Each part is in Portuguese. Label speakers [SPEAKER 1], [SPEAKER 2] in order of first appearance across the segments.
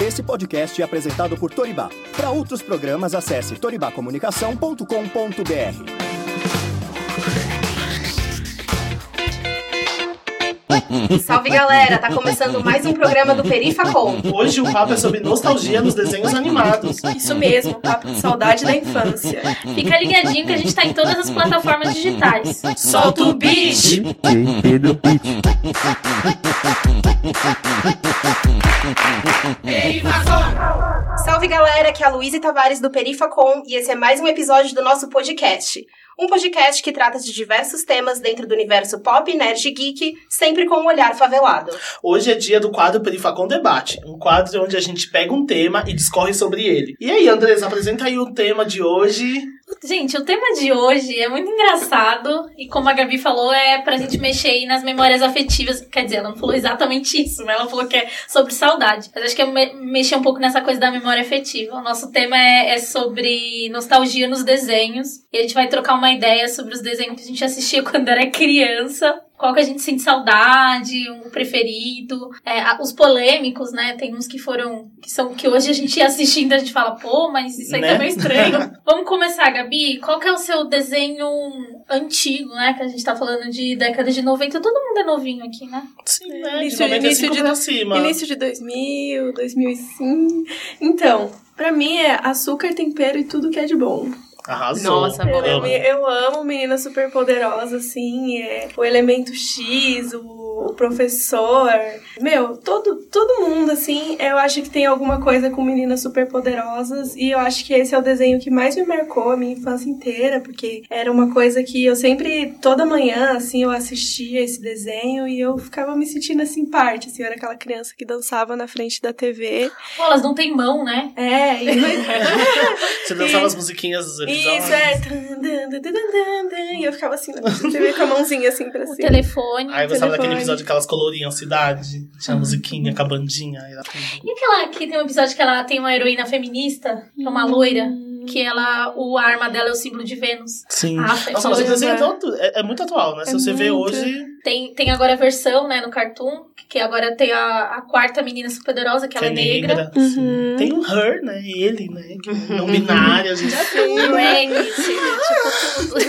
[SPEAKER 1] Esse podcast é apresentado por Toribá. Para outros programas, acesse toribacomunicação.com.br.
[SPEAKER 2] Salve galera, tá começando mais um programa do Perifacom.
[SPEAKER 3] Hoje o papo é sobre nostalgia nos desenhos animados.
[SPEAKER 2] Isso mesmo, papo de saudade da infância.
[SPEAKER 4] Fica ligadinho que a gente tá em todas as plataformas digitais.
[SPEAKER 2] Solta o beat! Salve galera, aqui é a Luísa Tavares do Perifacom e esse é mais um episódio do nosso podcast. Um podcast que trata de diversos temas dentro do universo pop, nerd e geek, sempre com um olhar favelado.
[SPEAKER 3] Hoje é dia do quadro Perifacom Debate, um quadro onde a gente pega um tema e discorre sobre ele. E aí, Andres, apresenta aí o tema de hoje.
[SPEAKER 4] Gente, o tema de hoje é muito engraçado e como a Gabi falou, é pra gente mexer aí nas memórias afetivas. Quer dizer, ela não falou exatamente isso, mas ela falou que é sobre saudade. Mas acho que é me- mexer um pouco nessa coisa da memória afetiva. O nosso tema é, é sobre nostalgia nos desenhos e a gente vai trocar uma ideia sobre os desenhos que a gente assistia quando era criança. Qual que a gente sente saudade, um preferido, É, a- os polêmicos, né? Tem uns que foram, que são que hoje a gente ia assistindo, a gente fala, pô, mas isso aí
[SPEAKER 3] Né?
[SPEAKER 4] tá meio estranho. Vamos começar, Gabi. Qual que é o seu desenho antigo, né? Que a gente tá falando de década de 90. Todo mundo é novinho aqui, né?
[SPEAKER 3] Sim,
[SPEAKER 5] né?
[SPEAKER 3] De
[SPEAKER 5] Início-
[SPEAKER 3] 95
[SPEAKER 5] início de-
[SPEAKER 3] pra cima.
[SPEAKER 5] Início de 2000, 2005. Então, pra mim é açúcar, tempero e tudo que é de bom.
[SPEAKER 3] Arrasou.
[SPEAKER 2] Nossa,
[SPEAKER 5] Eu,
[SPEAKER 2] boa.
[SPEAKER 3] Amo.
[SPEAKER 5] me- eu amo Menina Super Poderosa, assim, é, o Elemento X, o, o Professor. Meu, todo, todo mundo, assim, eu acho que tem alguma coisa com Meninas Super Poderosas. E eu acho que esse é o desenho que mais me marcou a minha infância inteira, porque era uma coisa que eu sempre, toda manhã, assim, eu assistia esse desenho e eu ficava me sentindo, assim, parte. Assim, eu era aquela criança que dançava na frente da TV.
[SPEAKER 4] Pô, elas não têm mão, né?
[SPEAKER 5] É, e.
[SPEAKER 3] Você dançava as musiquinhas dos episódios.
[SPEAKER 5] Isso, é. Tan, dan, dan, dan, dan, dan. E eu ficava assim, na frente da TV com a mãozinha assim pra
[SPEAKER 4] O
[SPEAKER 5] cima.
[SPEAKER 4] telefone.
[SPEAKER 3] Aí eu gostava daquele
[SPEAKER 5] Telefone.
[SPEAKER 3] episódio que elas coloriam a cidade. Tinha a musiquinha com a bandinha. Era tudo.
[SPEAKER 4] E aquela que tem um episódio que ela tem uma heroína feminista, que é
[SPEAKER 5] Uhum.
[SPEAKER 4] uma loira, que ela, o, a arma dela é o símbolo de Vênus.
[SPEAKER 3] Sim.
[SPEAKER 4] Ah, foi
[SPEAKER 3] Nossa, mas o
[SPEAKER 4] coisa.
[SPEAKER 3] desenho é, tão- é- é muito atual, né? Se
[SPEAKER 5] É
[SPEAKER 3] você vê
[SPEAKER 5] muito.
[SPEAKER 3] hoje,
[SPEAKER 4] Tem, tem agora a versão, né, no Cartoon, que agora tem a, a quarta menina superpoderosa,
[SPEAKER 3] que
[SPEAKER 4] que ela
[SPEAKER 3] é
[SPEAKER 4] é negra.
[SPEAKER 3] negra. sim. Tem o her, né? E ele, né? Que é não binário, a gente já viu.
[SPEAKER 4] Drag, tipo tudo.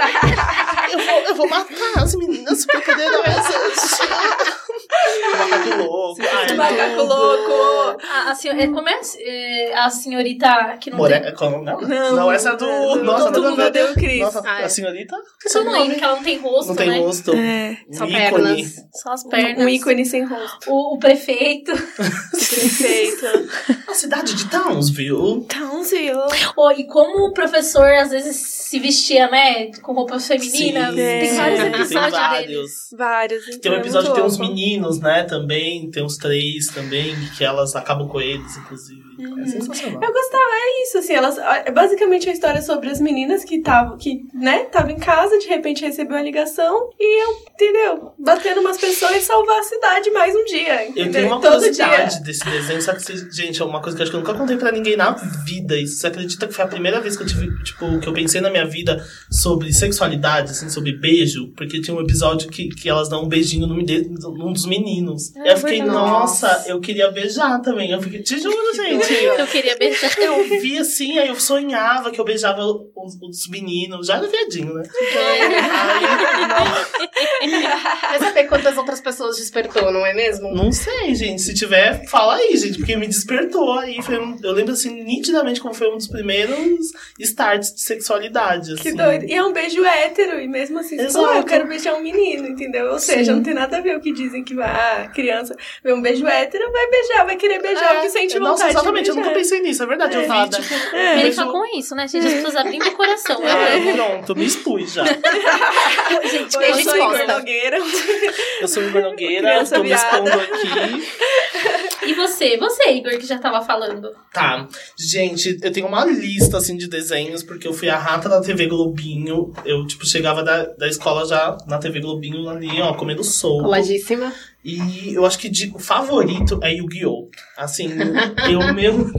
[SPEAKER 3] "Ah, Eu vou, eu vou matar as meninas superpoderosas. O macaco louco. ai,
[SPEAKER 5] O macaco
[SPEAKER 3] tudo.
[SPEAKER 5] louco.
[SPEAKER 4] A, a, senhora- é, como é a se- é, a senhorita que não tem...
[SPEAKER 3] More... é, Como? Não, não, essa é do. nossa,
[SPEAKER 5] todo
[SPEAKER 3] do-
[SPEAKER 5] mundo odeia o Cris.
[SPEAKER 3] Nossa,
[SPEAKER 2] Ah, é.
[SPEAKER 3] a senhorita
[SPEAKER 4] Que seu nome? Que ela não tem rosto,
[SPEAKER 3] não tem
[SPEAKER 4] né?
[SPEAKER 3] rosto.
[SPEAKER 5] É.
[SPEAKER 3] Um
[SPEAKER 2] Só
[SPEAKER 3] ícone.
[SPEAKER 2] pernas.
[SPEAKER 4] Só as pernas.
[SPEAKER 5] Um ícone sem rosto.
[SPEAKER 4] O, o prefeito.
[SPEAKER 5] Perfeito.
[SPEAKER 3] A cidade de Townsville.
[SPEAKER 5] Então, senhor.
[SPEAKER 4] Oh, e como o professor às vezes se vestia, né? Com roupas femininas.
[SPEAKER 3] Sim,
[SPEAKER 4] tem vários
[SPEAKER 3] sim,
[SPEAKER 4] episódios
[SPEAKER 3] tem vários.
[SPEAKER 4] dele.
[SPEAKER 5] Vários. Então,
[SPEAKER 3] Tem um
[SPEAKER 5] é
[SPEAKER 3] episódio que
[SPEAKER 5] muito
[SPEAKER 3] tem uns
[SPEAKER 5] louco.
[SPEAKER 3] meninos, né? Também. Tem uns três também. Que elas acabam com eles, inclusive.
[SPEAKER 5] Uhum.
[SPEAKER 3] É sensacional.
[SPEAKER 5] Eu gostava, é isso, assim, elas, é basicamente a história sobre as meninas que estavam, que, né, estavam em casa, de repente recebeu uma ligação e eu, entendeu, batendo umas pessoas e salvar a cidade mais um dia, entendeu?
[SPEAKER 3] Eu tenho uma
[SPEAKER 5] Todo dia.
[SPEAKER 3] curiosidade desse desenho, só que, se- gente, é uma coisa que eu acho que eu nunca contei pra ninguém na vida. Isso, você acredita que foi a primeira vez que eu tive, tipo, que eu pensei na minha vida sobre sexualidade, assim, sobre beijo? Porque tinha um episódio que, que elas dão um beijinho num, de, num dos meninos.
[SPEAKER 5] Ah,
[SPEAKER 3] eu fiquei,
[SPEAKER 5] verdade.
[SPEAKER 3] nossa, eu queria beijar também. Eu fiquei, te juro, gente.
[SPEAKER 4] Eu queria beijar.
[SPEAKER 3] Eu vi assim, aí eu sonhava que eu beijava os, os meninos. Já era viadinho, né?
[SPEAKER 2] Quer saber quantas outras pessoas despertou, não é mesmo?
[SPEAKER 3] Não sei, gente. Se tiver, fala aí, gente, porque me despertou aí. Foi um- eu lembro assim, nitidamente, como foi um dos primeiros starts de sexualidade.
[SPEAKER 5] Que
[SPEAKER 3] assim.
[SPEAKER 5] doido. E é um beijo hétero, e mesmo assim, você fala,
[SPEAKER 3] Exato.
[SPEAKER 5] "Ah, eu quero beijar um menino, entendeu? Ou seja,
[SPEAKER 3] Sim.
[SPEAKER 5] não tem nada a ver o que dizem que vai, ah, criança vê um beijo hétero, vai beijar, vai querer beijar, porque é sente vontade
[SPEAKER 3] É. Nossa, exatamente,
[SPEAKER 5] de
[SPEAKER 3] eu
[SPEAKER 5] beijar.
[SPEAKER 3] nunca pensei nisso, é verdade. Eu vi,
[SPEAKER 2] Nada.
[SPEAKER 3] tipo,
[SPEAKER 5] É.
[SPEAKER 4] Ele
[SPEAKER 3] mas
[SPEAKER 4] fala
[SPEAKER 3] eu-
[SPEAKER 4] com isso, né, gente? As pessoas abrindo o coração. né?
[SPEAKER 3] ah, pronto, me expus já.
[SPEAKER 4] Gente,
[SPEAKER 5] Eu
[SPEAKER 2] Beijo
[SPEAKER 5] sou
[SPEAKER 2] exposta.
[SPEAKER 5] Igor Nogueira.
[SPEAKER 3] Eu sou engornogueira,
[SPEAKER 5] Criança
[SPEAKER 3] um tô me
[SPEAKER 5] viada.
[SPEAKER 3] expondo aqui.
[SPEAKER 4] E você? Você, Igor, que já tava falando.
[SPEAKER 3] Tá. Gente, eu tenho uma lista, assim, de desenhos, porque eu fui a rata da TV Globinho. Eu, tipo, chegava da, da escola já na TV Globinho ali, ó, comendo sol.
[SPEAKER 6] Coladíssima.
[SPEAKER 3] E eu acho que de, o favorito é Yu-Gi-Oh! Assim, eu mesmo.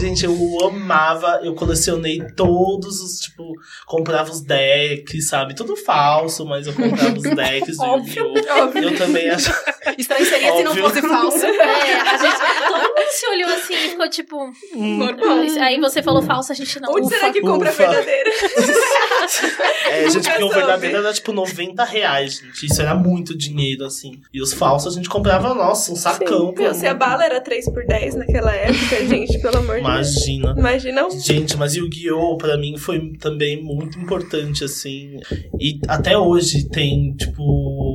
[SPEAKER 3] Gente, eu amava, eu colecionei todos os, tipo, comprava os decks, sabe? Tudo falso, mas eu comprava os decks de Yu-Gi-Oh! Eu também acho.
[SPEAKER 6] Estranho seria se não
[SPEAKER 3] Óbvio.
[SPEAKER 6] fosse falso.
[SPEAKER 4] É, a gente, todo mundo se olhou assim e ficou tipo. "Ah, Aí você falou falso, a gente não.
[SPEAKER 5] Onde
[SPEAKER 4] Ufa.
[SPEAKER 5] será que compra a
[SPEAKER 3] ufa.
[SPEAKER 5] verdadeira?
[SPEAKER 3] É, gente, porque o
[SPEAKER 5] soube.
[SPEAKER 3] verdadeiro era tipo 90 reais, gente. Isso era muito dinheiro, assim. E os falsos a gente comprava, nossa, um sacão.
[SPEAKER 5] Meu, se a bala era 3 por 10 naquela época, gente, pelo amor de Deus.
[SPEAKER 3] Imagina.
[SPEAKER 5] Imagina o
[SPEAKER 3] Gente, mas Yu-Gi-Oh! pra mim foi também muito importante, assim. E até hoje tem, tipo.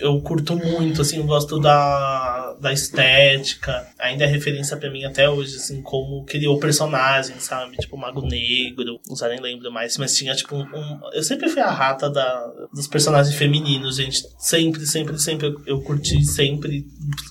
[SPEAKER 3] Eu curto muito, assim, eu gosto da, da estética. Ainda é referência pra mim até hoje, assim, como criou personagem, sabe? Tipo, o Mago Negro, não sei, nem lembro mais, mas tinha, tipo, um. um- eu sempre fui a rata da, dos personagens femininos, gente. Sempre, sempre, sempre eu, eu curti, sempre.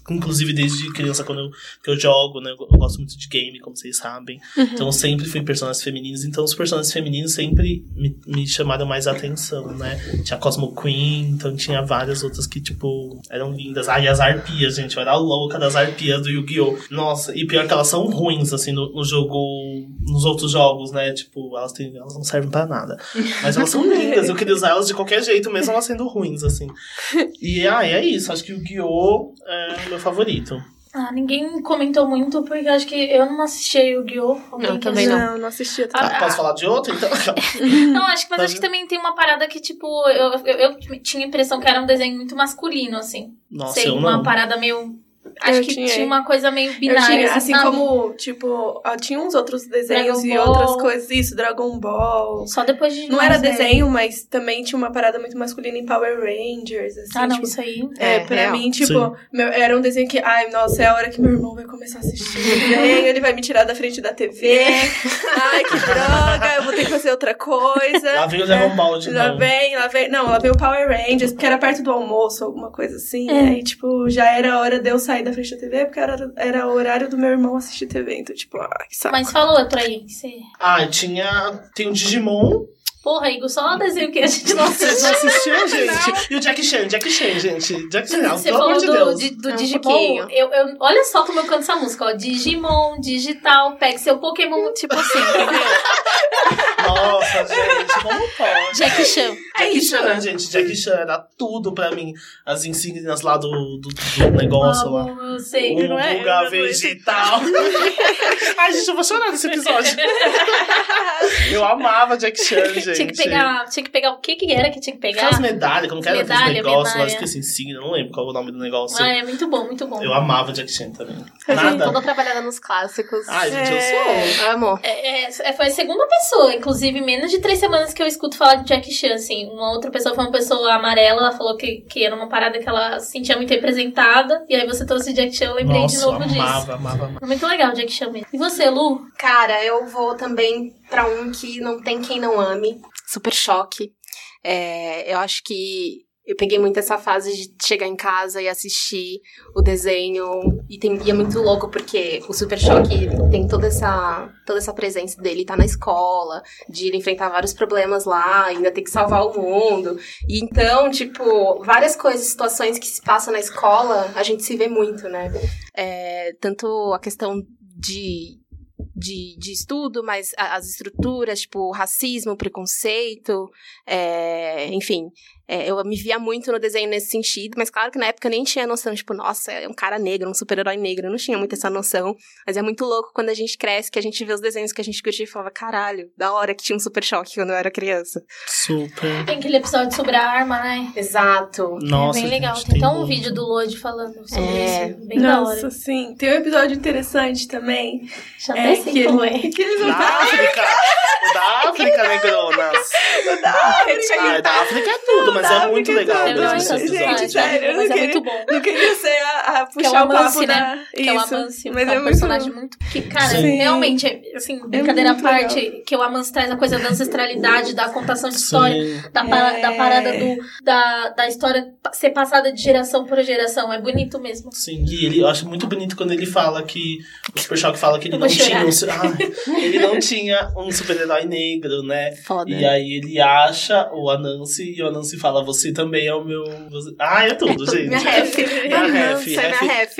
[SPEAKER 3] Inclusive desde criança, quando eu, que eu jogo, né? Eu gosto muito de game, como vocês sabem. Então eu sempre fui personagens femininos, então os personagens femininos sempre me, me chamaram mais a atenção, né? Tinha Cosmo Queen, então tinha várias outras que, tipo, eram lindas. Ah, e as arpias, gente, eu era louca das arpias do Yu-Gi-Oh! Nossa, e pior que elas são ruins, assim, no, no jogo, nos outros jogos, né? Tipo, elas, têm, elas não servem pra nada. Mas elas são lindas, eu queria usar elas de qualquer jeito, mesmo elas sendo ruins, assim. E ah, é isso, acho que o Yu-Gi-Oh! é o meu favorito.
[SPEAKER 4] Ah, ninguém comentou muito porque eu acho que eu não assisti a Yu-Gi-Oh! Alguém
[SPEAKER 6] Não,
[SPEAKER 4] que
[SPEAKER 6] também
[SPEAKER 4] assistiu?
[SPEAKER 5] Não, não assistia.
[SPEAKER 4] Ah,
[SPEAKER 3] Ah, posso falar de outro, então?
[SPEAKER 4] Não, acho que, mas
[SPEAKER 3] Tá
[SPEAKER 4] acho que
[SPEAKER 3] vendo?
[SPEAKER 4] também tem uma parada que, tipo, eu, eu, eu tinha a impressão que era um desenho muito masculino, assim.
[SPEAKER 3] Nossa,
[SPEAKER 4] Sei,
[SPEAKER 3] eu
[SPEAKER 4] uma
[SPEAKER 3] não.
[SPEAKER 4] parada meio. Acho
[SPEAKER 5] Eu
[SPEAKER 4] que
[SPEAKER 5] tinha.
[SPEAKER 4] tinha. uma coisa meio
[SPEAKER 5] Eu
[SPEAKER 4] binária.
[SPEAKER 5] tinha, assim
[SPEAKER 4] não,
[SPEAKER 5] como, tipo, ah, tinha uns outros desenhos
[SPEAKER 4] Dragon
[SPEAKER 5] e
[SPEAKER 4] Ball.
[SPEAKER 5] outras coisas. Isso, Dragon Ball.
[SPEAKER 4] Só depois de.
[SPEAKER 5] Não era
[SPEAKER 4] mais né? velho.
[SPEAKER 5] desenho, mas também tinha uma parada muito masculina em Power Rangers, assim.
[SPEAKER 4] Ah, não,
[SPEAKER 5] tipo,
[SPEAKER 4] isso aí.
[SPEAKER 5] É,
[SPEAKER 6] É,
[SPEAKER 5] pra
[SPEAKER 6] real.
[SPEAKER 5] mim, tipo,
[SPEAKER 3] Sim.
[SPEAKER 5] meu- era um desenho que, ai, nossa, é a hora que meu irmão vai começar a assistir desenho, ele vai me tirar da frente da TV. ai, que droga, eu vou ter que fazer outra coisa.
[SPEAKER 3] Lá veio o
[SPEAKER 4] É,
[SPEAKER 3] Dragon Ball de
[SPEAKER 5] Lá
[SPEAKER 3] novo.
[SPEAKER 5] vem, lá vem. Não, lá vem o Power Rangers, porque era perto do almoço, alguma coisa assim.
[SPEAKER 4] É.
[SPEAKER 5] Aí, tipo, já era a hora de eu sair da frente da TV, porque era, era o horário do meu irmão assistir TV. Então, tipo, ah, que saco.
[SPEAKER 4] Mas fala um outro aí. que Você...
[SPEAKER 3] Ah, tinha. Tem o Digimon.
[SPEAKER 4] Porra, Igor, só desenho que a gente não
[SPEAKER 3] Vocês
[SPEAKER 4] assistiu.
[SPEAKER 3] não assistiam, gente? E o Jack Chan, Jack Chan, gente. Jack Chan, ah,
[SPEAKER 4] Você
[SPEAKER 3] pelo amor
[SPEAKER 4] falou
[SPEAKER 3] de
[SPEAKER 4] do,
[SPEAKER 3] Deus.
[SPEAKER 4] di- do
[SPEAKER 6] É um
[SPEAKER 4] Digimon.
[SPEAKER 6] pouquinho.
[SPEAKER 4] eu, eu- olha só como eu canto essa música, ó. Digimon, digital, pegue seu Pokémon, tipo assim, entendeu?
[SPEAKER 3] Nossa, gente, como pode?
[SPEAKER 6] Jack Chan.
[SPEAKER 4] É
[SPEAKER 3] Jack Chan,
[SPEAKER 4] né?
[SPEAKER 3] gente. Jack Chan era tudo pra mim. As insígnias lá do, do, do negócio lá. Um
[SPEAKER 4] Amo, eu Ah, sei.
[SPEAKER 3] O
[SPEAKER 6] não é?
[SPEAKER 3] Buga
[SPEAKER 4] né,
[SPEAKER 6] Eu não
[SPEAKER 3] Vegetal. Ai, gente, eu vou chorar nesse episódio. Eu amava Jack Chan, gente.
[SPEAKER 4] Tinha que pegar. Tinha que pegar o que que era que tinha que pegar?
[SPEAKER 3] Aquelas medalhas, como que era aqueles
[SPEAKER 4] Medalha,
[SPEAKER 3] negócios? lá? Eu
[SPEAKER 4] medalha.
[SPEAKER 3] esqueci insígnia, não lembro qual é o nome do negócio.
[SPEAKER 4] Ah, é muito bom, muito bom.
[SPEAKER 3] Eu amava Jack Chan também.
[SPEAKER 6] Toda
[SPEAKER 3] Nada.
[SPEAKER 6] trabalhada nos clássicos.
[SPEAKER 3] Ai, gente, eu sou.
[SPEAKER 5] É.
[SPEAKER 6] Amor.
[SPEAKER 4] É, é, é, foi a segunda pessoa, inclusive, menos de três semanas que eu escuto falar de Jack Chan, assim. Uma outra pessoa foi uma pessoa amarela, ela falou que, que era uma parada que ela se sentia muito representada. E aí você trouxe Jack Chan, eu lembrei
[SPEAKER 3] Nossa,
[SPEAKER 4] de novo disso.
[SPEAKER 3] amava, amava, amava.
[SPEAKER 4] Muito legal, Jack Chan mesmo. E você, Lu?
[SPEAKER 2] Cara, eu vou também pra um que não tem quem não ame.
[SPEAKER 6] Super choque. É, eu acho que eu peguei muito essa fase de chegar em casa e assistir o desenho. E, tem- e é muito louco, porque o Super Choque tem toda essa, toda essa presença dele estar na escola, de ele enfrentar vários problemas lá, ainda ter que salvar o mundo. E então, tipo, várias coisas, situações que se passam na escola, a gente se vê muito, né? É, tanto a questão de. De, de estudo, mas a- as estruturas, tipo, racismo, preconceito, é, enfim, é, eu me via muito no desenho nesse sentido, mas claro que na época eu nem tinha noção, tipo, nossa, é um cara negro, um super-herói negro, eu não tinha muito essa noção. Mas é muito louco quando a gente cresce, que a gente vê os desenhos que a gente curtia e falava, caralho, da hora que tinha um super choque quando eu era criança.
[SPEAKER 3] Super.
[SPEAKER 4] Tem aquele episódio sobre a arma, né?
[SPEAKER 6] Exato.
[SPEAKER 3] Nossa,
[SPEAKER 4] é bem legal.
[SPEAKER 3] gente,
[SPEAKER 4] Tem até um
[SPEAKER 3] muito.
[SPEAKER 4] vídeo do Lodi falando sobre
[SPEAKER 6] É.
[SPEAKER 4] isso. Bem da
[SPEAKER 5] Nossa,
[SPEAKER 4] hora.
[SPEAKER 5] sim. Tem um episódio interessante também.
[SPEAKER 4] Já
[SPEAKER 5] é
[SPEAKER 4] até sei como é.
[SPEAKER 5] ele, que eles vão
[SPEAKER 3] Da África! O da África, negronas! Ah, é da África é tudo, mas
[SPEAKER 5] Da
[SPEAKER 3] é muito
[SPEAKER 5] África é
[SPEAKER 3] legal
[SPEAKER 5] tudo.
[SPEAKER 3] mesmo esse
[SPEAKER 5] Gente,
[SPEAKER 3] episódio.
[SPEAKER 5] sério, eu não
[SPEAKER 4] mas é
[SPEAKER 5] queria-
[SPEAKER 4] muito bom.
[SPEAKER 5] Não queria ser a, a puxar
[SPEAKER 4] é
[SPEAKER 5] o
[SPEAKER 4] uma
[SPEAKER 5] papo
[SPEAKER 4] Nancy,
[SPEAKER 5] da...
[SPEAKER 4] Que é o
[SPEAKER 5] Isso.
[SPEAKER 4] Amance,
[SPEAKER 5] Mas
[SPEAKER 4] é um
[SPEAKER 5] é muito-
[SPEAKER 4] personagem muito. Que, cara,
[SPEAKER 5] Sim.
[SPEAKER 4] realmente, é, assim, brincadeira à
[SPEAKER 5] muito
[SPEAKER 4] parte, que o Amance traz a coisa da ancestralidade, da contação de história,
[SPEAKER 3] Sim.
[SPEAKER 4] da, para-
[SPEAKER 5] É.
[SPEAKER 4] da parada do. Da, da história pa- ser passada de geração por geração. É bonito mesmo.
[SPEAKER 3] Sim, e ele, eu acho muito bonito quando ele fala que. O Super Choque fala que ele
[SPEAKER 4] Eu vou
[SPEAKER 3] não tinha. Um,
[SPEAKER 4] chorar.
[SPEAKER 3] su- Ah, ele não tinha um super-herói negro, né?
[SPEAKER 6] Foda.
[SPEAKER 3] E aí ele acha o Anansi e o Anansi fala: Você também é o meu. você- Ah, é tudo, gente.
[SPEAKER 6] Minha ref.
[SPEAKER 3] Minha ref,
[SPEAKER 6] Anansa, minha Uhum, ref.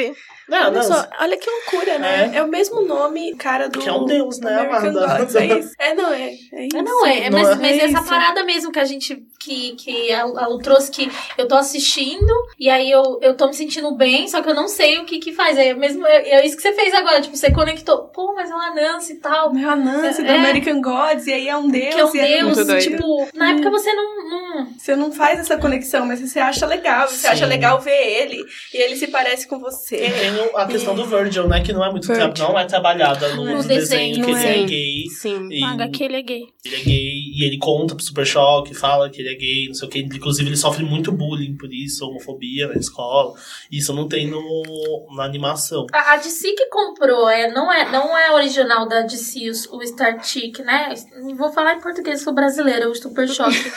[SPEAKER 3] Não,
[SPEAKER 5] Olha
[SPEAKER 3] Ah, não.
[SPEAKER 5] só, olha que loucura, né? É. o mesmo nome, cara, do...
[SPEAKER 3] Que é um deus, né,
[SPEAKER 5] American
[SPEAKER 3] amada?
[SPEAKER 5] Gods, É, isso. é, não, é. é isso.
[SPEAKER 4] É, não, é, é,
[SPEAKER 3] Não
[SPEAKER 4] mas,
[SPEAKER 3] é?
[SPEAKER 4] mas
[SPEAKER 5] É
[SPEAKER 4] essa
[SPEAKER 5] isso.
[SPEAKER 4] parada mesmo que a gente, que, que a, a Lu trouxe, que eu tô assistindo, e aí eu, eu tô me sentindo bem, só que eu não sei o que que faz. É, mesmo, é, é isso que você fez agora, tipo, você conectou, pô, mas é uma Nancy e tal.
[SPEAKER 5] Meu Anansi, do
[SPEAKER 4] É.
[SPEAKER 5] American Gods, e aí é um deus.
[SPEAKER 4] Que é um
[SPEAKER 5] e aí-
[SPEAKER 6] muito doido.
[SPEAKER 4] deus, tipo, na época você não, não-
[SPEAKER 5] Você não faz essa conexão, mas você acha legal. Você
[SPEAKER 3] Sim.
[SPEAKER 5] acha legal ver ele. E ele se parece com
[SPEAKER 3] E
[SPEAKER 5] você.
[SPEAKER 3] tem a questão do Virgil, né? Que não é muito tra-
[SPEAKER 6] Virgil.
[SPEAKER 3] não é trabalhada no,
[SPEAKER 4] No
[SPEAKER 3] no desenho,
[SPEAKER 4] desenho,
[SPEAKER 3] que
[SPEAKER 6] não
[SPEAKER 3] ele é,
[SPEAKER 6] é.
[SPEAKER 3] gay.
[SPEAKER 6] Sim.
[SPEAKER 3] E
[SPEAKER 4] ele é gay.
[SPEAKER 3] ele é gay e ele conta pro Super Choque, fala que ele é gay, não sei o que. Inclusive, ele sofre muito bullying por isso, homofobia na escola. Isso não tem no, na animação.
[SPEAKER 4] A, a DC que comprou, é, não, é, não é original da DC, o, o Star Chick, né? Vou falar em português, sou brasileira, o Super Choque.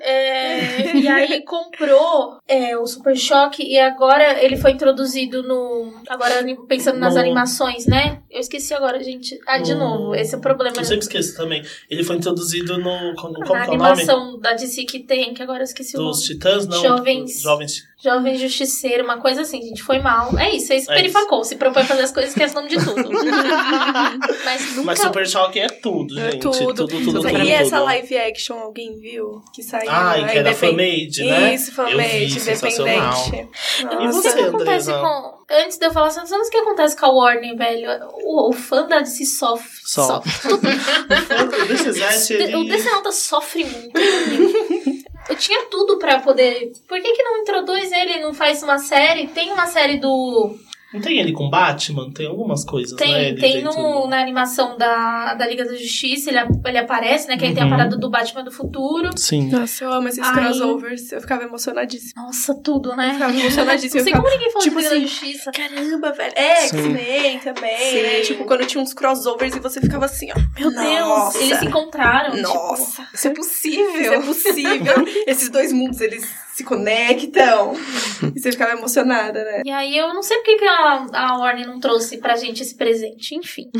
[SPEAKER 4] É, e aí comprou é, o Super Choque e agora ele foi introduzido no. Agora ani- pensando nas
[SPEAKER 3] No-
[SPEAKER 4] animações, né? Eu esqueci agora, gente. Ah, de
[SPEAKER 3] No-
[SPEAKER 4] novo, esse é o problema.
[SPEAKER 3] Eu sempre esqueço também. Ele foi introduzido no. Como, como
[SPEAKER 4] Na
[SPEAKER 3] que é o nome?
[SPEAKER 4] animação da DC que tem, que agora eu esqueci o nome.
[SPEAKER 3] Dos Titãs, não?
[SPEAKER 4] Jovens.
[SPEAKER 3] Dos Jovens.
[SPEAKER 4] Jovem Justiceiro, uma coisa assim, gente, foi mal. É isso, é isso.
[SPEAKER 3] É
[SPEAKER 4] Perifacou, se propõe a fazer as coisas, esquece o nome de tudo. Mas nunca.
[SPEAKER 3] Mas Super Choque é tudo,
[SPEAKER 6] É
[SPEAKER 3] gente.
[SPEAKER 6] tudo,
[SPEAKER 3] tudo, tudo, tudo,
[SPEAKER 5] E essa
[SPEAKER 3] tudo.
[SPEAKER 5] live action, alguém viu? Que saiu.
[SPEAKER 3] Ai, que
[SPEAKER 5] Aí
[SPEAKER 3] era
[SPEAKER 5] depen-
[SPEAKER 3] fanmade, né?
[SPEAKER 5] Isso,
[SPEAKER 3] Eu vi,
[SPEAKER 5] fanmade,
[SPEAKER 3] sensacional.
[SPEAKER 5] independente.
[SPEAKER 4] Eu não sei o
[SPEAKER 3] você,
[SPEAKER 4] que acontece
[SPEAKER 3] Andresa?
[SPEAKER 4] com. Antes de eu falar, você não sabe o que acontece com a Warner, velho. O, o fã da DC sofre.
[SPEAKER 3] Só. O DC Zete,
[SPEAKER 4] De- O
[SPEAKER 3] ele-
[SPEAKER 4] desenhista sofre muito. né? Eu tinha tudo pra poder. Por que, que não introduz ele? Não faz uma série? Tem uma série do.
[SPEAKER 3] Não tem ele com Batman? Tem algumas coisas,
[SPEAKER 4] Tem,
[SPEAKER 3] né? Ele
[SPEAKER 4] tem
[SPEAKER 3] dentro
[SPEAKER 4] no,
[SPEAKER 3] do-
[SPEAKER 4] na animação da, da Liga da Justiça, ele, a- ele aparece, né? Que aí tem a
[SPEAKER 3] Uhum.
[SPEAKER 4] parada do Batman do futuro.
[SPEAKER 3] Sim.
[SPEAKER 5] Nossa, eu amo esses
[SPEAKER 4] Ai.
[SPEAKER 5] crossovers. Eu ficava emocionadíssima.
[SPEAKER 4] Nossa, tudo, né?
[SPEAKER 5] Eu ficava
[SPEAKER 4] Não
[SPEAKER 5] emocionadíssima.
[SPEAKER 4] sei
[SPEAKER 5] Eu ficava,
[SPEAKER 4] como ninguém falou de
[SPEAKER 5] tipo
[SPEAKER 4] Liga
[SPEAKER 5] assim,
[SPEAKER 4] da Justiça.
[SPEAKER 5] caramba, velho. É,
[SPEAKER 3] Sim.
[SPEAKER 5] X-Men também, né?
[SPEAKER 6] Sim.
[SPEAKER 5] Tipo, quando tinha uns crossovers e você ficava assim, ó.
[SPEAKER 4] Meu
[SPEAKER 5] Nossa.
[SPEAKER 4] Deus, eles se encontraram. Tipo,
[SPEAKER 6] Isso
[SPEAKER 5] Nossa,
[SPEAKER 6] é
[SPEAKER 5] isso é
[SPEAKER 6] possível.
[SPEAKER 5] possível. Esses dois mundos, eles se conectam. E você ficava emocionada, né?
[SPEAKER 4] E aí eu não sei porque que a, a Warner não trouxe pra gente esse presente. Enfim,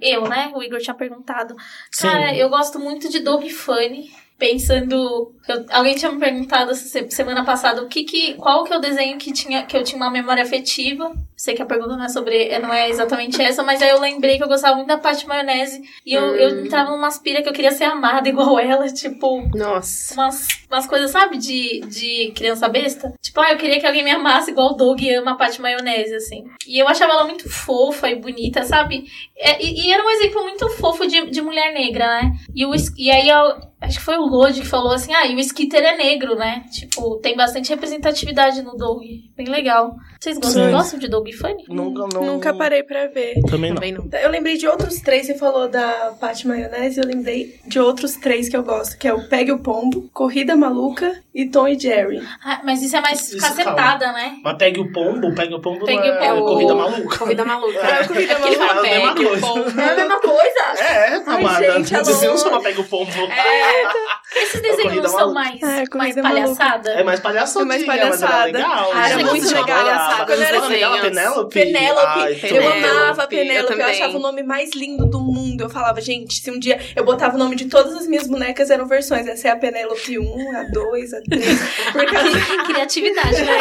[SPEAKER 4] eu, né? O Igor tinha perguntado.
[SPEAKER 3] Sim.
[SPEAKER 4] Cara, eu gosto muito de Doug Funny. Pensando, eu- alguém tinha me perguntado essa se- semana passada o que que, qual que é o desenho que tinha que eu tinha uma memória afetiva. Sei que a pergunta não é sobre, é, não é exatamente essa, mas aí eu lembrei que eu gostava muito da Paty Maionese e eu, eu entrava numa aspira que eu queria ser amada igual ela, tipo,
[SPEAKER 6] Nossa.
[SPEAKER 4] umas, umas coisas, sabe, de, de criança besta. Tipo, ah, eu queria que alguém me amasse igual o Doug ama a Paty Maionese, assim. E eu achava ela muito fofa e bonita, sabe? É, e, e era um exemplo muito fofo de, de mulher negra, né? E, o, Es- e aí, eu- acho que foi o Lodi que falou assim, ah, e o Skitter é negro, né? Tipo, tem bastante representatividade no Doug. Bem legal. Vocês gostam,
[SPEAKER 3] Sim.
[SPEAKER 4] gostam de Doug Funny?
[SPEAKER 3] Nunca, não...
[SPEAKER 5] Nunca parei pra ver.
[SPEAKER 3] Também não.
[SPEAKER 6] Também não.
[SPEAKER 5] Eu lembrei de outros três, você falou da Paty Maionese, eu lembrei de outros três que eu gosto, que é o Pegue o Pombo, Corrida Maluca e Tom e Jerry.
[SPEAKER 4] Ah, mas isso é mais
[SPEAKER 3] Isso,
[SPEAKER 4] cacetada, né?
[SPEAKER 3] Mas pega o pombo, pega o pombo
[SPEAKER 4] Pega
[SPEAKER 3] não é
[SPEAKER 4] o pombo.
[SPEAKER 3] corrida maluca.
[SPEAKER 6] Corrida maluca.
[SPEAKER 5] É, corrida
[SPEAKER 6] É porque ele
[SPEAKER 5] maluca.
[SPEAKER 6] fala,
[SPEAKER 3] É a mesma
[SPEAKER 6] "Pegue o
[SPEAKER 3] coisa."
[SPEAKER 6] pombo.
[SPEAKER 5] é a mesma coisa?
[SPEAKER 3] É, amada.
[SPEAKER 5] gente, alô.
[SPEAKER 3] Você não chama pega o pombo. É,
[SPEAKER 4] Esses desenhos
[SPEAKER 3] Corrida
[SPEAKER 4] não são
[SPEAKER 3] Maluca.
[SPEAKER 4] mais,
[SPEAKER 5] É, Corrida
[SPEAKER 4] mais
[SPEAKER 5] Maluca.
[SPEAKER 4] palhaçada?
[SPEAKER 3] mais palhaçadinha,
[SPEAKER 5] É mais
[SPEAKER 3] mas era
[SPEAKER 5] palhaçada.
[SPEAKER 3] legal. né?
[SPEAKER 6] Ah, era
[SPEAKER 3] Gente,
[SPEAKER 6] muito
[SPEAKER 3] eu
[SPEAKER 6] legal,
[SPEAKER 3] adorava.
[SPEAKER 6] palhaçada.
[SPEAKER 3] Quando era
[SPEAKER 6] Os
[SPEAKER 3] legal,
[SPEAKER 6] desenhos.
[SPEAKER 3] é Penélope.
[SPEAKER 5] Penélope.
[SPEAKER 3] Ai,
[SPEAKER 5] eu
[SPEAKER 6] Penélope.
[SPEAKER 5] amava a
[SPEAKER 6] Eu
[SPEAKER 5] Penélope, eu,
[SPEAKER 6] também.
[SPEAKER 5] achava o nome mais lindo do mundo. Eu falava, gente, se um dia eu botava o nome de todas as minhas bonecas, eram versões. Essa é a Penélope 1, a 2, a 3. Por causa de
[SPEAKER 4] assim, Criatividade, né?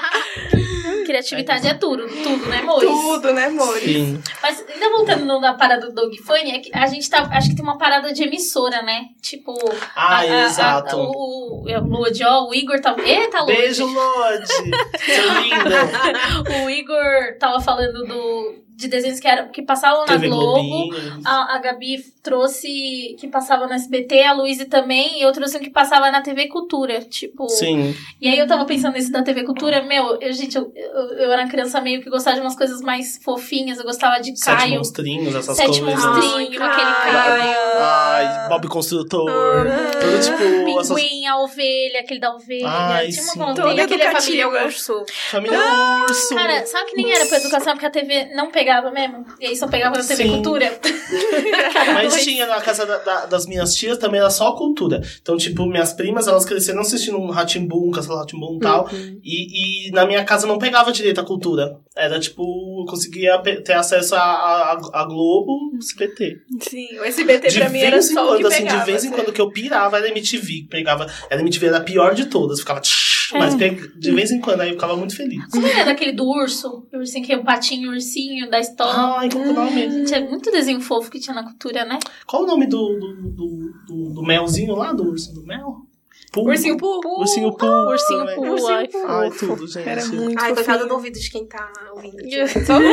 [SPEAKER 4] gente? Criatividade é tudo, tudo, né, amores?
[SPEAKER 5] tudo, né, amores?
[SPEAKER 3] Sim.
[SPEAKER 4] Mas ainda voltando no- na parada do Dog Funny, é que a gente tá. Acho que tem uma parada de emissora, né? Tipo.
[SPEAKER 3] Ah,
[SPEAKER 4] a- a- a-
[SPEAKER 3] exato.
[SPEAKER 4] o, o, é, o Lua de Ó, o Igor tá. Eita, Lua!
[SPEAKER 3] Beijo, Lodi. Seu lindo.
[SPEAKER 4] O Igor tava falando do. de desenhos que, era, que passavam na
[SPEAKER 3] TV
[SPEAKER 4] Globo.
[SPEAKER 3] Globinho.
[SPEAKER 4] A, a Gabi trouxe que passava no SBT, a Luísa também, e eu trouxe um que passava na TV Cultura, tipo...
[SPEAKER 3] Sim.
[SPEAKER 4] E aí eu tava pensando nesse da TV Cultura, meu, eu, gente, eu, eu, eu era uma criança meio que gostava de umas coisas mais fofinhas, eu gostava de
[SPEAKER 3] Sete
[SPEAKER 4] Caio,
[SPEAKER 3] monstrinhos, essas
[SPEAKER 4] Sete
[SPEAKER 3] coisas.
[SPEAKER 4] Monstrinho, aquele Caio,
[SPEAKER 3] Ai, Bob Construtor. Tudo tipo. Essas...
[SPEAKER 4] Pinguim, a ovelha, aquele da ovelha,
[SPEAKER 3] Ai,
[SPEAKER 4] tinha
[SPEAKER 3] sim.
[SPEAKER 4] uma
[SPEAKER 5] Toda
[SPEAKER 4] ovelha.
[SPEAKER 6] Aquele é família
[SPEAKER 5] educativa.
[SPEAKER 6] urso.
[SPEAKER 3] Família
[SPEAKER 5] Ah,
[SPEAKER 3] Urso.
[SPEAKER 4] Cara, sabe que nem era pra educação, porque a TV não pegava mesmo. E aí só pegava na TV
[SPEAKER 3] Sim.
[SPEAKER 4] Cultura.
[SPEAKER 5] tá
[SPEAKER 3] Mas tinha na casa da- da- das minhas tias também era só cultura. Então, tipo, minhas primas, elas cresceram assistindo um Ratimbum, um Castelo Ratimbum e tal.
[SPEAKER 5] Uhum.
[SPEAKER 3] E, e na minha casa não pegava direito a cultura. Era tipo, eu conseguia pe- ter acesso a, a, a Globo, SBT.
[SPEAKER 5] Sim, o SBT Uhum. pra mim era
[SPEAKER 3] vez em
[SPEAKER 5] só o que
[SPEAKER 3] quando, assim,
[SPEAKER 5] pegava.
[SPEAKER 3] de vez em quando que eu pirava, era MTV. que Pegava, era MTV era a pior de todas, ficava. tsh, Mas
[SPEAKER 5] É.
[SPEAKER 3] pe- de vez em quando aí eu ficava muito feliz.
[SPEAKER 4] Como era daquele do urso? O ursinho que é o patinho, o ursinho da história.
[SPEAKER 3] Ai, qual que é o nome?
[SPEAKER 4] Gente, é muito desenho fofo que tinha na cultura, né?
[SPEAKER 3] Qual o nome do, do, do, do- do melzinho lá? Do urso do mel? Pum.
[SPEAKER 5] Ursinho Poo.
[SPEAKER 3] Ursinho Poo.
[SPEAKER 7] Ursinho
[SPEAKER 3] também.
[SPEAKER 7] Poo.
[SPEAKER 5] Ursinho
[SPEAKER 7] Ai,
[SPEAKER 5] Poo.
[SPEAKER 3] Ai, tudo, gente.
[SPEAKER 5] Era muito
[SPEAKER 6] Ai, coitada
[SPEAKER 5] fofinho.
[SPEAKER 6] do ouvido de quem tá ouvindo.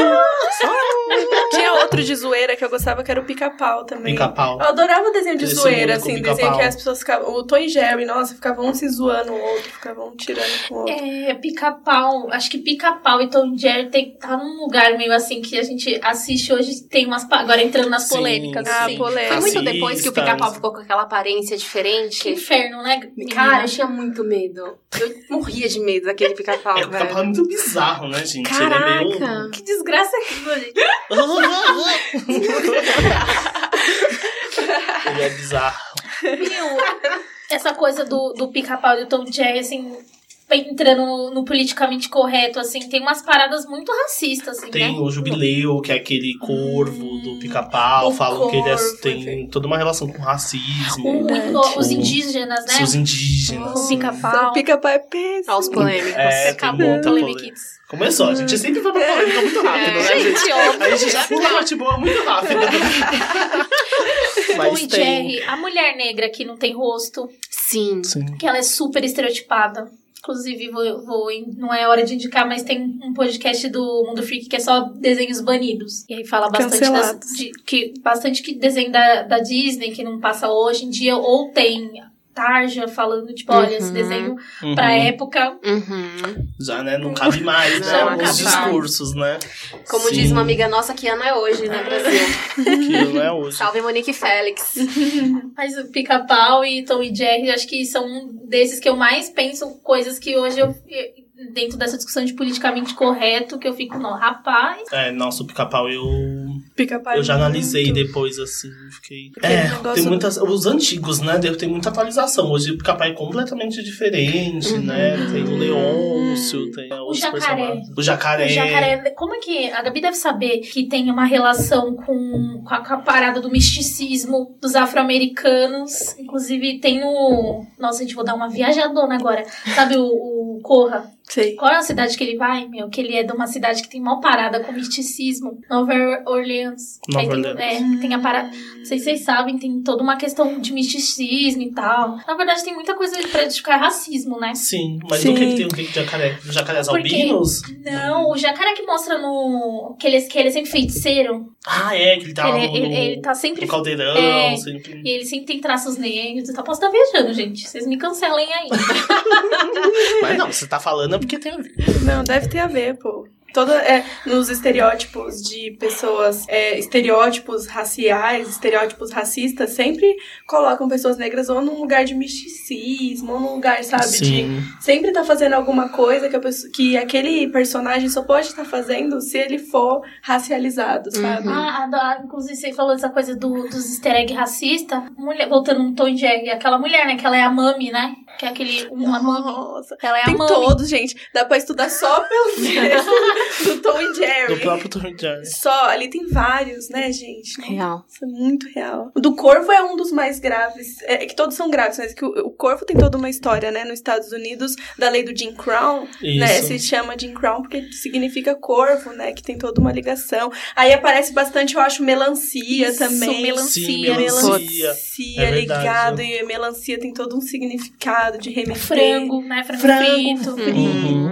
[SPEAKER 5] Tinha outro de zoeira que eu gostava, que era o pica-pau também.
[SPEAKER 3] Pica-pau.
[SPEAKER 5] Eu adorava desenho de
[SPEAKER 3] Esse
[SPEAKER 5] zoeira,
[SPEAKER 3] mundo com
[SPEAKER 5] assim,
[SPEAKER 3] pica-pau.
[SPEAKER 5] desenho que as pessoas ficavam. O Tom e Jerry, nossa, ficavam um se zoando o outro, ficavam um tirando com o outro.
[SPEAKER 4] É, pica-pau. Acho que pica-pau e Tom e Jerry tem que estar num lugar meio assim que a gente assiste hoje. Tem umas. pa- Agora entrando nas
[SPEAKER 3] Sim,
[SPEAKER 4] polêmicas.
[SPEAKER 5] Ah,
[SPEAKER 4] assim.
[SPEAKER 6] Foi
[SPEAKER 5] polêmica.
[SPEAKER 6] muito depois que o
[SPEAKER 3] Fascistas.
[SPEAKER 6] pica-pau ficou com aquela aparência
[SPEAKER 4] Que
[SPEAKER 6] diferente.
[SPEAKER 4] inferno, né? menina?
[SPEAKER 6] Cara, eu tinha muito medo. Eu morria de medo daquele pica-pau,
[SPEAKER 3] É, o pica-pau é
[SPEAKER 6] velho.
[SPEAKER 3] muito bizarro, né, gente? Ele é meio...
[SPEAKER 6] Caraca!
[SPEAKER 4] que desgraça é aquilo, gente.
[SPEAKER 3] Ele é bizarro.
[SPEAKER 4] Meu, essa coisa do, do pica-pau e do Tom e Jerry, assim, entrando no, no politicamente correto, assim, tem umas paradas muito racistas, assim,
[SPEAKER 3] Tem
[SPEAKER 4] né?
[SPEAKER 3] o jubileu, que é aquele corvo do pica-pau.
[SPEAKER 4] o
[SPEAKER 3] Falam que ele é-
[SPEAKER 4] corvo,
[SPEAKER 3] tem toda uma relação com racismo.
[SPEAKER 4] O-
[SPEAKER 5] Verdade.
[SPEAKER 4] os indígenas, né?
[SPEAKER 3] Seus indígenas.
[SPEAKER 4] O pica-pau.
[SPEAKER 5] O pica-pau é péssimo.
[SPEAKER 6] Aos polêmicos.
[SPEAKER 3] É, tem
[SPEAKER 4] Acabou o
[SPEAKER 3] muita polêmica.
[SPEAKER 4] Polemiquites.
[SPEAKER 3] Começou, a gente sempre vai pra polêmica muito rápido, né,
[SPEAKER 6] É.
[SPEAKER 3] gente?
[SPEAKER 7] Gente, ó,
[SPEAKER 3] A gente já pula parte boa muito rápido.
[SPEAKER 4] Tom
[SPEAKER 3] Mas
[SPEAKER 4] e
[SPEAKER 3] tem.
[SPEAKER 4] Jerry, a mulher negra que não tem rosto,
[SPEAKER 6] Sim.
[SPEAKER 3] Sim.
[SPEAKER 4] que ela é super estereotipada. Inclusive, vou, vou in- não é hora de indicar, mas tem um podcast do Mundo Freak que é só desenhos banidos. E aí fala bastante das,
[SPEAKER 5] Cancelados.
[SPEAKER 4] de- que bastante que desenho da, da Disney que não passa hoje em dia, ou tem Tarja falando, tipo, olha, esse
[SPEAKER 6] Uhum.
[SPEAKER 4] desenho pra
[SPEAKER 3] Uhum.
[SPEAKER 4] época.
[SPEAKER 6] Uhum.
[SPEAKER 3] Já, né? Não cabe mais, né?
[SPEAKER 6] Não,
[SPEAKER 3] Alguns
[SPEAKER 6] capaz.
[SPEAKER 3] discursos, né?
[SPEAKER 6] Como
[SPEAKER 3] Sim,
[SPEAKER 6] diz uma amiga nossa, que ano é hoje, né, Brasil?
[SPEAKER 3] Que não é hoje.
[SPEAKER 6] Salve Monique Félix.
[SPEAKER 4] Mas o Pica-Pau e Tom e Jerry, acho que são um desses que eu mais penso, coisas que hoje eu. Dentro dessa discussão de politicamente correto, que eu fico, não, rapaz.
[SPEAKER 3] É, nossa, o pica-pau eu,
[SPEAKER 5] Pica-pau.
[SPEAKER 3] eu já
[SPEAKER 5] é
[SPEAKER 3] analisei
[SPEAKER 5] muito-
[SPEAKER 3] depois, assim, fiquei...
[SPEAKER 5] Aquele
[SPEAKER 3] É,
[SPEAKER 5] negócio
[SPEAKER 3] tem
[SPEAKER 5] do-
[SPEAKER 3] muitas... Os antigos, né, deve ter muita atualização. Hoje o pica-pau é completamente diferente, né? Tem o Leôncio, tem outros
[SPEAKER 4] jacaré.
[SPEAKER 3] personagens. O jacaré.
[SPEAKER 4] O jacaré, como é que a Gabi deve saber que tem uma relação com, com, a, com a parada do misticismo dos afro-americanos? Inclusive, tem no. Nossa, gente, vou dar uma viajadona agora. Sabe o, o Corra?
[SPEAKER 5] Sei.
[SPEAKER 4] Qual é a cidade que ele vai, meu? Que ele é de uma cidade que tem mal parada com misticismo. Nova Orleans.
[SPEAKER 3] Nova
[SPEAKER 4] Aí tem-
[SPEAKER 3] Orleans.
[SPEAKER 4] é, tem a parada. Não sei se vocês sabem, tem toda uma questão de misticismo e tal. Na verdade, tem muita coisa pra edificar racismo, né?
[SPEAKER 3] Sim, mas
[SPEAKER 5] Sim.
[SPEAKER 3] do que, que tem o que que jacaré? é Os jacarés
[SPEAKER 4] Porque-
[SPEAKER 3] albinos?
[SPEAKER 4] Não, o jacaré que mostra no. que ele, que ele é sempre feiticeiro.
[SPEAKER 3] Ah, é, que ele tá
[SPEAKER 4] ele,
[SPEAKER 3] no,
[SPEAKER 4] ele, ele tá sempre.
[SPEAKER 3] no caldeirão, assim,
[SPEAKER 4] É.
[SPEAKER 3] sempre...
[SPEAKER 4] E ele sempre tem traços negros e tal. Posso estar viajando, gente. Vocês me cancelem aí.
[SPEAKER 3] Mas não, você tá falando é porque tem a ver.
[SPEAKER 5] Não, deve ter a ver, pô. Toda, é, nos estereótipos de pessoas, é, estereótipos raciais, estereótipos racistas, sempre colocam pessoas negras ou num lugar de misticismo, ou num lugar, sabe, de sempre tá fazendo alguma coisa que, a pessoa, que aquele personagem só pode estar fazendo se ele for racializado, sabe?
[SPEAKER 4] Ah, a- a- inclusive, você falou dessa coisa do, dos easter egg racista. Mulher, voltando um tom de egg, aquela mulher, né? Que ela é a mami, né? Que é aquele. Uma mami.
[SPEAKER 5] Ah, Nossa,
[SPEAKER 4] Ela é a
[SPEAKER 5] tem
[SPEAKER 4] mami.
[SPEAKER 5] todos, gente. Dá pra estudar só pelo texto do Tom e Jerry.
[SPEAKER 3] Do próprio Tom Jerry.
[SPEAKER 5] Só, ali tem vários, né, gente?
[SPEAKER 6] Real.
[SPEAKER 5] Nossa, é muito real. O do corvo é um dos mais graves. É é que todos são graves, mas que o, o corvo tem toda uma história, né? Nos Estados Unidos, da lei do Jim Crow, né?
[SPEAKER 3] Isso.
[SPEAKER 5] Se chama Jim Crow porque significa corvo, né? Que tem toda uma ligação. Aí aparece bastante, eu acho, melancia
[SPEAKER 4] Isso,
[SPEAKER 5] também.
[SPEAKER 4] melancia.
[SPEAKER 3] Sim,
[SPEAKER 5] Melancia,
[SPEAKER 3] melancia. É verdade.
[SPEAKER 5] ligado, e melancia tem todo um significado. gostado de remeter.
[SPEAKER 4] Frango, né? Frango,
[SPEAKER 5] Frango,
[SPEAKER 4] frito. Uhum.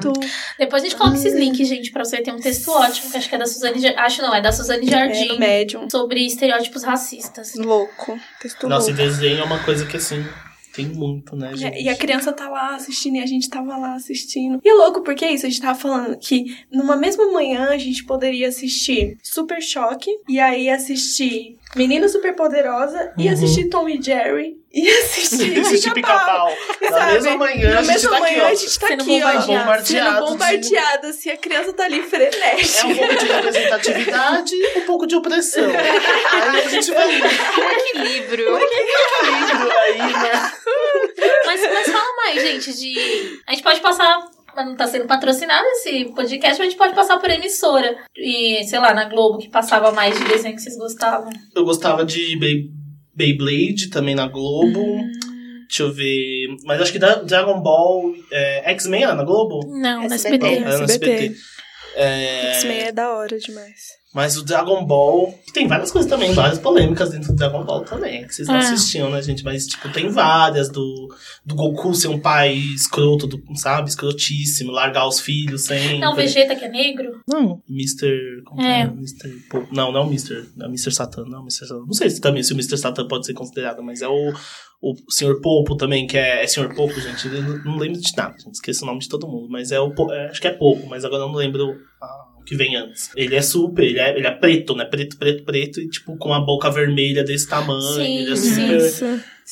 [SPEAKER 5] frito.
[SPEAKER 3] Uhum.
[SPEAKER 5] é,
[SPEAKER 4] Depois a gente coloca esses links, gente, pra você. Tem um texto ótimo, que acho que é da Suzane... Ja- Acho não, é da Suzane
[SPEAKER 5] É,
[SPEAKER 4] Jardim.
[SPEAKER 5] no médium.
[SPEAKER 4] sobre estereótipos racistas.
[SPEAKER 5] Louco. Texto
[SPEAKER 3] Nossa, e
[SPEAKER 5] tipo louco.
[SPEAKER 3] desenho é uma coisa que, assim, tem muito, né, gente?
[SPEAKER 5] E a criança tá lá assistindo e a gente tava lá assistindo. E é louco, porque é isso, a gente tava falando que numa mesma manhã a gente poderia assistir Super Choque, e aí assistir Menina Super Poderosa, e
[SPEAKER 3] Uhum.
[SPEAKER 5] assistir Tom e Jerry, e assistir
[SPEAKER 3] Existe
[SPEAKER 5] Pica-Pau.
[SPEAKER 3] tipo pica-pau. Na
[SPEAKER 5] sabe?
[SPEAKER 3] mesma manhã, a
[SPEAKER 5] Na
[SPEAKER 3] gente
[SPEAKER 5] mesma
[SPEAKER 3] tá aqui,
[SPEAKER 5] manhã
[SPEAKER 3] ó.
[SPEAKER 5] a gente tá
[SPEAKER 4] Sendo
[SPEAKER 5] aqui, ó.
[SPEAKER 4] bombardeado.
[SPEAKER 5] Sendo
[SPEAKER 3] Bombardeado de-
[SPEAKER 5] bombardeada, assim, a criança tá ali
[SPEAKER 3] É um
[SPEAKER 5] frenética.
[SPEAKER 3] pouco de representatividade, um pouco de opressão. Aí a gente vai
[SPEAKER 6] Equilíbrio.
[SPEAKER 3] indo aí, né?
[SPEAKER 4] Mas, mas fala mais, gente, de. A gente pode passar. Mas não tá sendo patrocinado esse podcast, mas a gente pode passar por emissora. E, sei lá, na Globo, que passava mais de desenho que vocês gostavam.
[SPEAKER 3] Eu gostava de Bey- Beyblade também na Globo. Deixa eu ver. Mas acho que da- Dragon Ball. é, X-Men era na Globo?
[SPEAKER 4] Não,
[SPEAKER 2] no
[SPEAKER 3] Não,
[SPEAKER 2] SBT. É,
[SPEAKER 3] era no SBT. É,
[SPEAKER 5] X-Men é da hora demais.
[SPEAKER 3] mas o Dragon Ball. Tem várias coisas também, várias polêmicas dentro do Dragon Ball também. Que vocês não
[SPEAKER 4] Ah.
[SPEAKER 3] assistiam, né, gente? Mas, tipo, tem várias do, do Goku ser um pai escroto, do, sabe? Escrotíssimo, largar os filhos sem.
[SPEAKER 4] Não, Vegeta, que é negro?
[SPEAKER 3] Não. Mr. Como é?
[SPEAKER 4] É.
[SPEAKER 3] Mr. Pô, não, não é o Mr. Não é o Mr. Satan, não é o Mr. Satan. Não sei se também se o Mr. Satan pode ser considerado, mas é o, o Sr. Popo também, que é, é Sr. Popo, gente. Eu não- não lembro de nada, gente. Esqueço o nome de todo mundo, mas é o. Po- é, acho que é Popo, mas agora eu não lembro ah, o que vem antes. Ele é super, ele é, ele é preto, né? Preto, preto, preto, e tipo, com a boca vermelha desse tamanho.
[SPEAKER 4] Sim,
[SPEAKER 3] ele é
[SPEAKER 4] sim.
[SPEAKER 3] super.
[SPEAKER 5] Isso.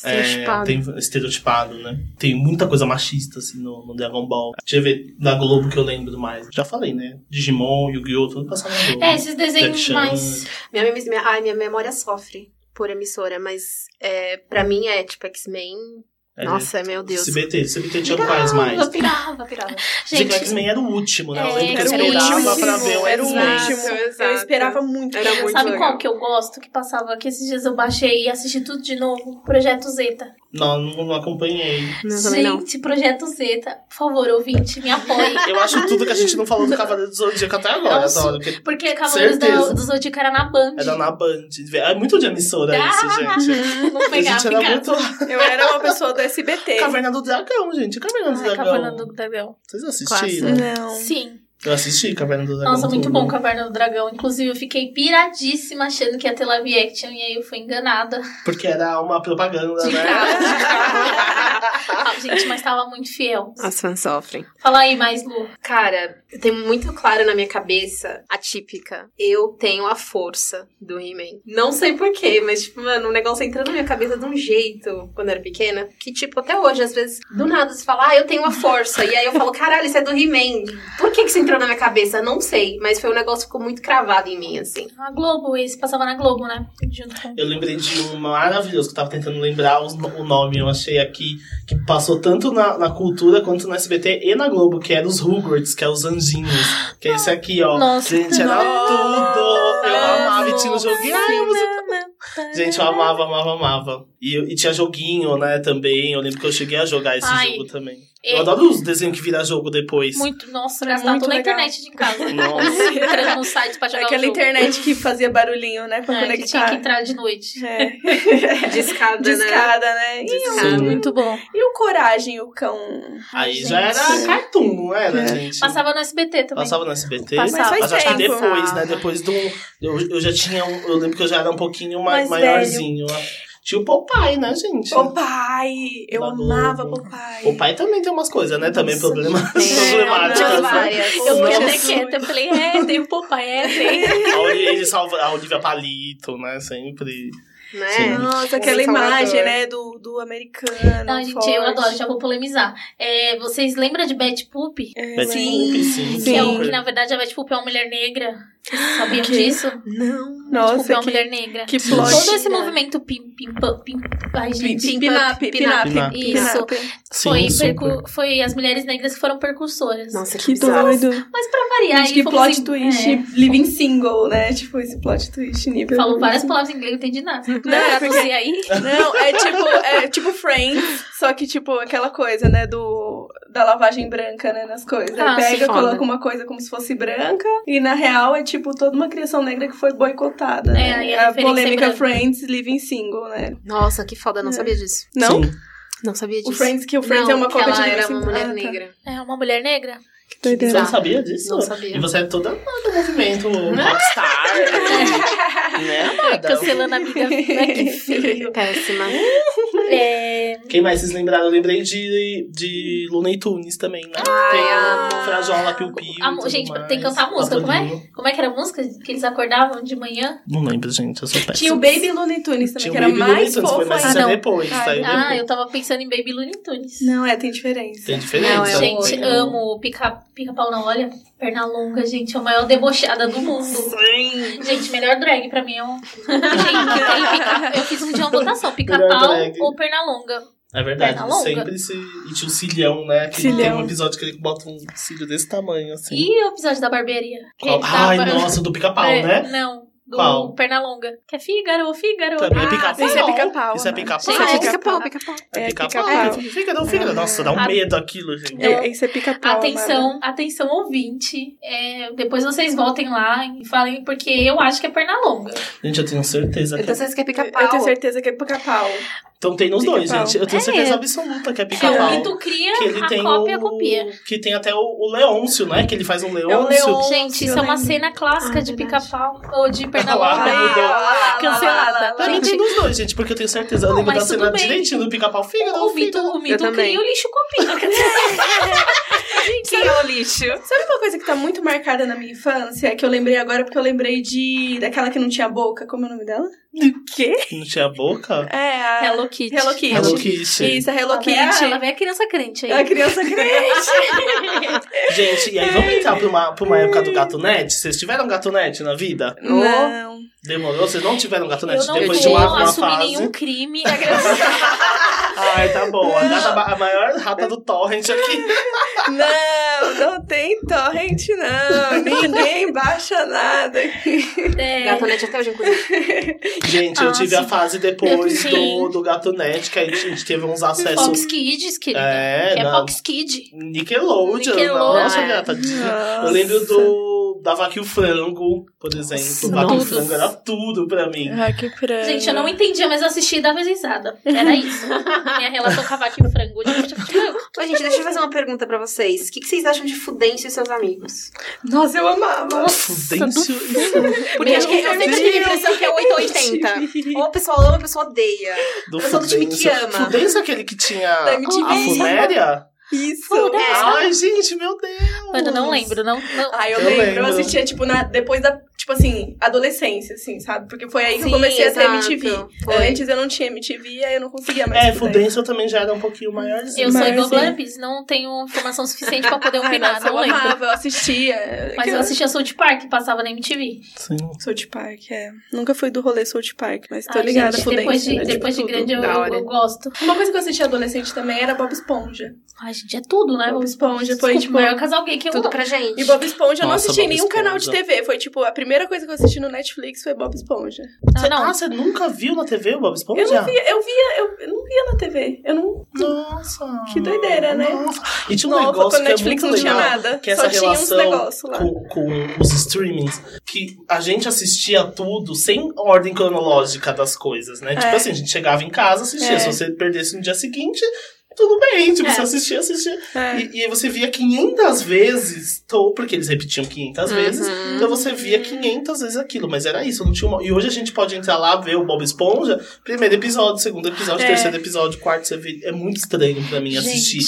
[SPEAKER 3] É,
[SPEAKER 6] Estereotipado.
[SPEAKER 3] tem estereotipado, né? Tem muita coisa machista, assim, no, no Dragon Ball. Deixa eu ver da Globo que eu lembro mais. Já falei, né? Digimon, Yu-Gi-Oh! Tudo passava na Globo.
[SPEAKER 4] É, esses desenhos
[SPEAKER 3] Jack
[SPEAKER 4] mais.
[SPEAKER 3] Chan.
[SPEAKER 6] Minha, mem- minha, ai, minha memória sofre por emissora, mas é, pra mim é tipo X-Men.
[SPEAKER 3] É,
[SPEAKER 6] Nossa, meu Deus.
[SPEAKER 3] CBT, CBT tinha quais mais?
[SPEAKER 6] Eu pirava, pirava.
[SPEAKER 3] Gente, o
[SPEAKER 4] Gente,
[SPEAKER 3] X-Men era o último, né? Eu
[SPEAKER 4] É,
[SPEAKER 3] lembro que eu
[SPEAKER 4] era o
[SPEAKER 3] esperava
[SPEAKER 4] último.
[SPEAKER 3] pra ver o
[SPEAKER 5] Era o
[SPEAKER 3] X-Men.
[SPEAKER 6] Exato,
[SPEAKER 5] último.
[SPEAKER 6] exato.
[SPEAKER 5] Eu esperava muito.
[SPEAKER 6] Era muito
[SPEAKER 4] sabe
[SPEAKER 6] legal.
[SPEAKER 4] qual que eu gosto? Que passava, que esses dias eu baixei e assisti tudo de novo? Projeto Zeta.
[SPEAKER 3] Não, não não acompanhei.
[SPEAKER 6] Não, também não.
[SPEAKER 4] Gente, Projeto Zeta. Por favor, ouvinte, me apoie.
[SPEAKER 3] Eu acho tudo que a gente não falou do Cavaleiro do Zodíaco até agora,
[SPEAKER 4] Nossa.
[SPEAKER 3] adoro. Porque
[SPEAKER 4] Porque Cavaleiros
[SPEAKER 3] Certeza.
[SPEAKER 4] da- do Zodíaco era na Band.
[SPEAKER 3] era na Band. É muito de emissora
[SPEAKER 4] Ah,
[SPEAKER 3] isso, gente.
[SPEAKER 4] Não
[SPEAKER 3] A gente
[SPEAKER 4] pegava,
[SPEAKER 3] era
[SPEAKER 4] cara.
[SPEAKER 3] muito...
[SPEAKER 5] Eu era uma pessoa do SBT.
[SPEAKER 3] Caverna do Dragão, gente. Caverna do
[SPEAKER 4] Ai,
[SPEAKER 3] Dragão.
[SPEAKER 4] Caverna do Dragão.
[SPEAKER 3] Vocês assistiram?
[SPEAKER 5] Não.
[SPEAKER 4] Sim.
[SPEAKER 3] Eu assisti Caverna do Dragão.
[SPEAKER 4] Nossa, muito
[SPEAKER 3] tudo.
[SPEAKER 4] bom Caverna do Dragão. Inclusive, eu fiquei piradíssima achando que ia ter live action e aí eu fui enganada.
[SPEAKER 3] Porque era uma propaganda,
[SPEAKER 4] De
[SPEAKER 3] né?
[SPEAKER 4] graça.
[SPEAKER 3] Tá.
[SPEAKER 4] Ah, gente, mas tava muito fiel.
[SPEAKER 3] Ah.
[SPEAKER 6] As fãs sofrem.
[SPEAKER 4] Fala aí mais, Lu.
[SPEAKER 6] Cara, eu tenho muito claro na minha cabeça, atípica, eu tenho a força do He-Man. Não sei porquê, mas, tipo, mano, o negócio entrou na minha cabeça de um jeito quando eu era pequena, que, tipo, até hoje, às vezes, do nada você fala, ah, eu tenho a força. E aí eu falo, caralho, isso é do He-Man. Por que que isso entrou na minha cabeça? Não sei, mas foi um negócio que ficou muito cravado em mim, assim.
[SPEAKER 4] A Globo, esse passava na Globo, né? Junto com...
[SPEAKER 3] Eu lembrei de um maravilhoso que eu tava tentando lembrar os- o nome, eu achei aqui, que passou tanto na, na cultura quanto no SBT e na Globo, que era os Rugrats, que é os anjinhos. Que é esse aqui, ó.
[SPEAKER 4] Nossa.
[SPEAKER 3] Gente, era tudo! Eu amava e tinha o joguinho. Ai, eu Gente, eu amava, amava, amava. E, eu- e tinha joguinho, né, também. Eu lembro que eu cheguei a jogar esse
[SPEAKER 4] Ai.
[SPEAKER 3] jogo também.
[SPEAKER 4] E-
[SPEAKER 3] Eu adoro os desenhos que viram jogo depois.
[SPEAKER 4] Muito, nossa,
[SPEAKER 5] Era
[SPEAKER 4] gastar
[SPEAKER 5] muito
[SPEAKER 4] toda a
[SPEAKER 5] legal.
[SPEAKER 4] internet de casa.
[SPEAKER 3] Nossa. É
[SPEAKER 4] Entrando no site pra jogar
[SPEAKER 5] Aquela
[SPEAKER 4] o jogo.
[SPEAKER 5] internet que fazia barulhinho, né? Pra
[SPEAKER 4] um Ah, que tinha que
[SPEAKER 5] conectar.
[SPEAKER 4] entrar de noite.
[SPEAKER 5] É,
[SPEAKER 6] Discada, né?
[SPEAKER 5] discada, né? E, o-
[SPEAKER 3] Sim.
[SPEAKER 4] Ah, Muito bom.
[SPEAKER 5] e o Coragem, o cão?
[SPEAKER 3] Aí
[SPEAKER 4] Ai,
[SPEAKER 3] já
[SPEAKER 4] gente. É.
[SPEAKER 3] era cartoon, não era, gente?
[SPEAKER 4] Passava no SBT também.
[SPEAKER 3] Passava no SBT.
[SPEAKER 4] Passava.
[SPEAKER 5] Mas faz
[SPEAKER 3] Mas acho que
[SPEAKER 5] tempo.
[SPEAKER 3] depois, né? Depois do. Eu, eu já tinha. um- eu lembro que eu já era um pouquinho ma-
[SPEAKER 5] Mais
[SPEAKER 3] maiorzinho. né? Tinha o Popeye, né, gente? O
[SPEAKER 5] Popai! Eu
[SPEAKER 3] Da
[SPEAKER 5] amava
[SPEAKER 3] Globo.
[SPEAKER 5] Popai.
[SPEAKER 3] Popeye também tem umas coisas, né? Também
[SPEAKER 5] Nossa,
[SPEAKER 3] problemas
[SPEAKER 6] gente.
[SPEAKER 3] problemáticas,
[SPEAKER 6] Não,
[SPEAKER 3] né?
[SPEAKER 6] Tipo, várias.
[SPEAKER 4] Eu fiquei
[SPEAKER 5] Nossa.
[SPEAKER 4] até quieta, eu falei, é, tem o Popeye, é, tem.
[SPEAKER 3] A Oli- Ele salva a Olivia Palito, né? Sempre.
[SPEAKER 6] Né?
[SPEAKER 5] É. Nossa, aquela
[SPEAKER 6] Homem Salvador.
[SPEAKER 5] imagem, né? Do, do americano.
[SPEAKER 4] Não, gente,
[SPEAKER 5] forte.
[SPEAKER 4] eu adoro, já vou polemizar. É, vocês lembram de Betty Poop?
[SPEAKER 5] É,
[SPEAKER 3] Betty
[SPEAKER 5] né?
[SPEAKER 3] Boop, sim.
[SPEAKER 4] Que, é o-
[SPEAKER 3] super.
[SPEAKER 4] que, na verdade a Betty Poop é uma mulher negra. Vocês sabiam disso?
[SPEAKER 6] Não.
[SPEAKER 4] Poop é
[SPEAKER 5] Nossa,
[SPEAKER 4] uma
[SPEAKER 5] que,
[SPEAKER 4] mulher negra.
[SPEAKER 5] que
[SPEAKER 4] Todo
[SPEAKER 5] plot.
[SPEAKER 4] esse movimento pim, pim, pam, pim, ai, gente,
[SPEAKER 5] Pin-
[SPEAKER 6] Pin-up,
[SPEAKER 5] Pin-up,
[SPEAKER 6] pin-up.
[SPEAKER 5] pin-up.
[SPEAKER 4] Isso.
[SPEAKER 5] pin-up.
[SPEAKER 4] foi,
[SPEAKER 3] Sim, super.
[SPEAKER 4] percu- foi as mulheres negras que foram percursoras.
[SPEAKER 6] Nossa, que,
[SPEAKER 5] É. Que
[SPEAKER 6] bizarro.
[SPEAKER 5] doido.
[SPEAKER 4] Mas pra variar,
[SPEAKER 5] Gente,
[SPEAKER 4] aí
[SPEAKER 5] que
[SPEAKER 4] assim, fomos
[SPEAKER 5] plot
[SPEAKER 4] em-
[SPEAKER 5] twist.
[SPEAKER 4] é,
[SPEAKER 5] Living single, né? Tipo, esse plot twist nível.
[SPEAKER 4] falou várias palavras em inglês, não entendi nada.
[SPEAKER 5] Não, é porque-
[SPEAKER 4] Traduzir aí.
[SPEAKER 5] Não, é tipo, é tipo Friends, só que tipo aquela coisa, né, do da lavagem branca, né, nas coisas.
[SPEAKER 4] Ah,
[SPEAKER 5] Aí
[SPEAKER 6] se
[SPEAKER 5] pega,
[SPEAKER 6] foda.
[SPEAKER 5] coloca uma coisa como se fosse branca e na real é tipo toda uma criação negra que foi boicotada.
[SPEAKER 4] É,
[SPEAKER 5] né?
[SPEAKER 4] aí a
[SPEAKER 5] a
[SPEAKER 4] referência é
[SPEAKER 5] polêmica
[SPEAKER 4] branca.
[SPEAKER 5] Friends Living Single, né?
[SPEAKER 6] É. Nossa, que foda, não sabia disso.
[SPEAKER 5] Não?
[SPEAKER 3] Sim.
[SPEAKER 6] Não sabia disso.
[SPEAKER 5] O Friends, que o Friends é uma
[SPEAKER 6] que
[SPEAKER 5] cópia de
[SPEAKER 6] ela
[SPEAKER 5] Lucy
[SPEAKER 6] era
[SPEAKER 5] in
[SPEAKER 6] uma
[SPEAKER 5] Black.
[SPEAKER 6] mulher
[SPEAKER 5] Ah, tá.
[SPEAKER 6] negra.
[SPEAKER 4] É uma mulher negra?
[SPEAKER 5] Que doideira.
[SPEAKER 3] Você não
[SPEAKER 6] Exato.
[SPEAKER 3] sabia disso?
[SPEAKER 6] Não sabia.
[SPEAKER 3] E você é toda do movimento rockstar. né? amada?
[SPEAKER 4] Cancelando a amiga. né? Que feio.
[SPEAKER 6] Péssima.
[SPEAKER 4] É,
[SPEAKER 3] Quem mais vocês lembraram? Eu lembrei de, de Looney Tunes também, né? tem a Frajola Piu Piu. e
[SPEAKER 4] a mu-
[SPEAKER 3] tudo
[SPEAKER 4] gente,
[SPEAKER 3] mais.
[SPEAKER 4] tem que cantar a música, como é?
[SPEAKER 3] Papolinho.
[SPEAKER 4] Como é que era a música que eles acordavam de manhã?
[SPEAKER 3] Não lembro, gente, eu sou péssima.
[SPEAKER 5] Tinha o Baby Looney Tunes também,
[SPEAKER 3] Tinha o
[SPEAKER 5] que era
[SPEAKER 3] Baby Looney
[SPEAKER 5] mais
[SPEAKER 3] Tunes, foi,
[SPEAKER 5] fofo
[SPEAKER 3] mas isso
[SPEAKER 4] Ah,
[SPEAKER 5] ainda.
[SPEAKER 3] é
[SPEAKER 4] não.
[SPEAKER 3] depois, saiu
[SPEAKER 5] Ah,
[SPEAKER 4] Ah,
[SPEAKER 3] depois.
[SPEAKER 4] eu tava pensando em Baby Looney Tunes.
[SPEAKER 5] Não, é, tem diferença.
[SPEAKER 3] Tem diferença.
[SPEAKER 6] Não, é
[SPEAKER 4] Gente,
[SPEAKER 6] Foi.
[SPEAKER 4] amo pica- pica-pau não. Olha, perna longa, gente. É a maior debochada do mundo.
[SPEAKER 5] Sim.
[SPEAKER 4] Gente, melhor drag pra mim é um. Gente, tem pica- eu fiz um dia uma votação: pica-pau
[SPEAKER 3] drag.
[SPEAKER 4] ou perna longa.
[SPEAKER 3] É verdade,
[SPEAKER 4] Perna longa.
[SPEAKER 3] sempre se... E tinha o cilhão, né? Que tem
[SPEAKER 5] Cilhão.
[SPEAKER 3] um episódio que ele bota um cílio desse tamanho, assim.
[SPEAKER 4] E o episódio da barbearia? Que
[SPEAKER 3] Qual-
[SPEAKER 4] ele
[SPEAKER 3] Ai,
[SPEAKER 4] tava-
[SPEAKER 3] nossa, do pica-pau,
[SPEAKER 4] É,
[SPEAKER 3] né?
[SPEAKER 4] Não, do
[SPEAKER 3] Qual?
[SPEAKER 4] Pernalonga. Que é Fígaro, Fígaro. Ah,
[SPEAKER 3] Também é pica-pau.
[SPEAKER 6] tá
[SPEAKER 5] Isso é pica-pau.
[SPEAKER 3] Isso é
[SPEAKER 5] né?
[SPEAKER 3] pica-pau.
[SPEAKER 4] Gente,
[SPEAKER 6] Ah, é
[SPEAKER 5] pica-
[SPEAKER 6] pica-pau, pica-pau.
[SPEAKER 5] É
[SPEAKER 3] pica-pau.
[SPEAKER 5] pica-pau.
[SPEAKER 3] Fica, não fica. Nossa, dá um
[SPEAKER 4] A-
[SPEAKER 3] medo aquilo, gente.
[SPEAKER 5] É, isso é pica-pau.
[SPEAKER 4] Atenção, atenção ouvinte. É, depois vocês voltem lá e falem, porque eu acho que é Pernalonga.
[SPEAKER 3] Gente, eu tenho certeza. que- é
[SPEAKER 6] Então vocês querem
[SPEAKER 5] Amada. Eu
[SPEAKER 6] pica-pau.
[SPEAKER 5] tenho certeza que é pica-pau.
[SPEAKER 3] Então tem nos dois,
[SPEAKER 5] Pica-pau.
[SPEAKER 3] gente. Eu tenho
[SPEAKER 4] É.
[SPEAKER 3] certeza absoluta que é
[SPEAKER 4] Que o
[SPEAKER 3] pica-pau.
[SPEAKER 4] mito cria,
[SPEAKER 3] Que ele
[SPEAKER 4] É, a
[SPEAKER 3] tem
[SPEAKER 4] cópia
[SPEAKER 3] o...
[SPEAKER 4] copia.
[SPEAKER 3] Que tem até o, o Leôncio, né? Que ele faz um Leôncio.
[SPEAKER 5] É o Leôncio.
[SPEAKER 4] Gente, isso
[SPEAKER 5] eu
[SPEAKER 4] é uma
[SPEAKER 5] lembro.
[SPEAKER 4] cena clássica
[SPEAKER 6] Ah,
[SPEAKER 4] de
[SPEAKER 6] verdade.
[SPEAKER 4] pica-pau ou de
[SPEAKER 3] Ah,
[SPEAKER 4] Pernalonga.
[SPEAKER 3] mudou.
[SPEAKER 4] Cancelada.
[SPEAKER 3] Pra mim
[SPEAKER 4] Gente,
[SPEAKER 3] É, tem nos dois, gente. Porque eu tenho certeza. Eu
[SPEAKER 4] Não,
[SPEAKER 3] lembro da
[SPEAKER 4] mas
[SPEAKER 3] cena
[SPEAKER 4] tudo bem.
[SPEAKER 3] direitinho do pica-pau. Fica,
[SPEAKER 4] o
[SPEAKER 3] não fica.
[SPEAKER 4] mito, o mito
[SPEAKER 6] também.
[SPEAKER 4] cria e o lixo copia.
[SPEAKER 6] Quem é o lixo?
[SPEAKER 5] Sabe uma coisa que tá muito marcada na minha infância? Que eu lembrei agora porque eu lembrei de... Daquela que não tinha boca. Como é o nome dela? Do quê?
[SPEAKER 3] Não tinha boca?
[SPEAKER 5] É a...
[SPEAKER 4] Hello Kitty.
[SPEAKER 5] Hello Kitty.
[SPEAKER 3] Hello Kitty. É.
[SPEAKER 5] Isso, a Hello
[SPEAKER 4] Ela vem a-
[SPEAKER 5] Kitty.
[SPEAKER 4] Ela vem a criança crente aí.
[SPEAKER 5] A criança crente.
[SPEAKER 3] Gente, e aí vamos
[SPEAKER 4] É.
[SPEAKER 3] entrar pra uma, pra uma época do gatunete? Vocês tiveram gatunete na vida?
[SPEAKER 5] Não.
[SPEAKER 3] Demorou? Vocês não tiveram
[SPEAKER 4] Eu
[SPEAKER 3] gatunete?
[SPEAKER 4] não
[SPEAKER 3] Né, Depois de
[SPEAKER 4] vou
[SPEAKER 3] uma, uma
[SPEAKER 4] assumir
[SPEAKER 3] fase...
[SPEAKER 4] nenhum crime. É,
[SPEAKER 3] Ai, tá bom. A, gata ba- a maior rata do torrent aqui.
[SPEAKER 5] Não, não tem torrent, não. Ninguém baixa nada aqui.
[SPEAKER 4] É,
[SPEAKER 6] Gatonete até hoje, inclusive.
[SPEAKER 3] Gente, eu
[SPEAKER 4] Ah,
[SPEAKER 3] tive
[SPEAKER 4] sim.
[SPEAKER 3] a fase depois
[SPEAKER 4] Sim.
[SPEAKER 3] do, do gatunete, que aí a gente teve uns
[SPEAKER 4] Fox
[SPEAKER 3] acessos...
[SPEAKER 4] Kids, querida.
[SPEAKER 3] É,
[SPEAKER 4] que é
[SPEAKER 3] não.
[SPEAKER 4] Fox Kid.
[SPEAKER 3] Nickelodeon.
[SPEAKER 4] Nickelodeon. Ah.
[SPEAKER 3] Nossa, gata. Eu lembro do... Da Vaca e o Frango, por exemplo. O Vaca e o
[SPEAKER 6] Nossa.
[SPEAKER 3] Frango era tudo pra mim.
[SPEAKER 5] Ah, que prana.
[SPEAKER 4] Gente, eu não entendia, mas eu assisti e dava risada. Era isso. Minha relação com a vaca e o frango.
[SPEAKER 6] Ô, gente, deixa eu fazer uma pergunta pra vocês. O que, que vocês acham de Fudêncio e seus amigos?
[SPEAKER 5] Nossa, eu amava.
[SPEAKER 3] Fudêncio.
[SPEAKER 6] Porque acho que eu sempre tive a impressão que é 8 ou 80. Ou a pessoa ama, ou a pessoa odeia.
[SPEAKER 3] Do
[SPEAKER 5] é
[SPEAKER 6] Eu sou
[SPEAKER 5] um
[SPEAKER 6] do time que
[SPEAKER 3] Fudêncio.
[SPEAKER 6] ama.
[SPEAKER 3] Fudêncio é aquele que tinha
[SPEAKER 5] Da É.
[SPEAKER 3] a
[SPEAKER 5] MTV.
[SPEAKER 3] funéria?
[SPEAKER 5] Isso.
[SPEAKER 3] Ai, gente, meu Deus.
[SPEAKER 4] Mano, não lembro. Não, não.
[SPEAKER 5] Ah, eu,
[SPEAKER 3] Eu
[SPEAKER 5] lembro.
[SPEAKER 3] lembro.
[SPEAKER 5] Eu assistia, tipo, na, depois da, tipo assim, adolescência, assim, sabe? Porque foi aí que eu
[SPEAKER 6] Sim,
[SPEAKER 5] comecei a ter
[SPEAKER 6] exato.
[SPEAKER 5] MTV.
[SPEAKER 6] Foi.
[SPEAKER 5] Antes eu não tinha MTV, aí eu não conseguia mais.
[SPEAKER 3] É,
[SPEAKER 5] escutar.
[SPEAKER 3] Fudêncio eu também já era um pouquinho maiorzinho.
[SPEAKER 4] Eu sou
[SPEAKER 5] Mas,
[SPEAKER 4] igual
[SPEAKER 5] assim-
[SPEAKER 4] Blamps, não tenho informação suficiente pra poder
[SPEAKER 5] Ai,
[SPEAKER 4] opinar,
[SPEAKER 5] nossa, eu
[SPEAKER 4] não lembro.
[SPEAKER 5] amava, eu assistia.
[SPEAKER 4] Mas eu assistia South Park, passava na MTV.
[SPEAKER 3] Sim.
[SPEAKER 5] South Park, é. Nunca fui do rolê South Park, mas tô
[SPEAKER 4] Ah,
[SPEAKER 5] ligada,
[SPEAKER 4] gente,
[SPEAKER 5] Fudêncio,
[SPEAKER 4] Depois de,
[SPEAKER 5] né?
[SPEAKER 4] depois de
[SPEAKER 5] Tipo, tudo.
[SPEAKER 4] grande eu,
[SPEAKER 5] Da hora.
[SPEAKER 4] eu gosto.
[SPEAKER 5] Uma coisa que eu assistia adolescente também era Bob Esponja.
[SPEAKER 4] Ai, gente, é tudo, né?
[SPEAKER 5] Bob Esponja, foi,
[SPEAKER 4] Desculpa,
[SPEAKER 5] tipo,
[SPEAKER 4] o maior casal gay que eu
[SPEAKER 6] Tudo pra gente.
[SPEAKER 5] E Bob Esponja eu não
[SPEAKER 3] Nossa,
[SPEAKER 5] assisti em
[SPEAKER 3] Bob
[SPEAKER 5] nenhum canal de
[SPEAKER 3] Esponja.
[SPEAKER 5] TV. Foi tipo, a primeira coisa que eu assisti no Netflix foi Bob Esponja.
[SPEAKER 4] Ah, não.
[SPEAKER 3] Ah, você nunca viu na TV o Bob Esponja?
[SPEAKER 5] Eu não via, eu via, eu, eu não via na TV. Eu não.
[SPEAKER 3] Nossa.
[SPEAKER 5] Que doideira, né?
[SPEAKER 3] Nossa. E tinha um
[SPEAKER 5] Nossa,
[SPEAKER 3] negócio
[SPEAKER 5] quando
[SPEAKER 3] que
[SPEAKER 5] Netflix
[SPEAKER 3] é
[SPEAKER 5] não
[SPEAKER 3] muito
[SPEAKER 5] tinha
[SPEAKER 3] legal,
[SPEAKER 5] nada.
[SPEAKER 3] que é
[SPEAKER 5] só
[SPEAKER 3] essa
[SPEAKER 5] tinha uns
[SPEAKER 3] relação
[SPEAKER 5] negócios lá.
[SPEAKER 3] com, com os streamings, que a gente assistia tudo sem ordem cronológica das coisas, né? Tipo
[SPEAKER 5] É.
[SPEAKER 3] assim, a gente chegava em casa, assistia.
[SPEAKER 5] É.
[SPEAKER 3] Se você perdesse no dia seguinte, tudo bem. Tipo,
[SPEAKER 4] É.
[SPEAKER 3] você assistia, assistia.
[SPEAKER 5] É.
[SPEAKER 3] E, e aí você via 500 vezes, tô, porque eles repetiam
[SPEAKER 5] Uhum.
[SPEAKER 6] Uhum.
[SPEAKER 3] 500 vezes, então você via 500 vezes aquilo, mas era isso, não tinha uma... E hoje a gente pode entrar lá, ver o Bob Esponja, primeiro episódio, segundo episódio,
[SPEAKER 5] É.
[SPEAKER 3] terceiro episódio, quarto, você vê... É muito estranho pra mim
[SPEAKER 4] Gente.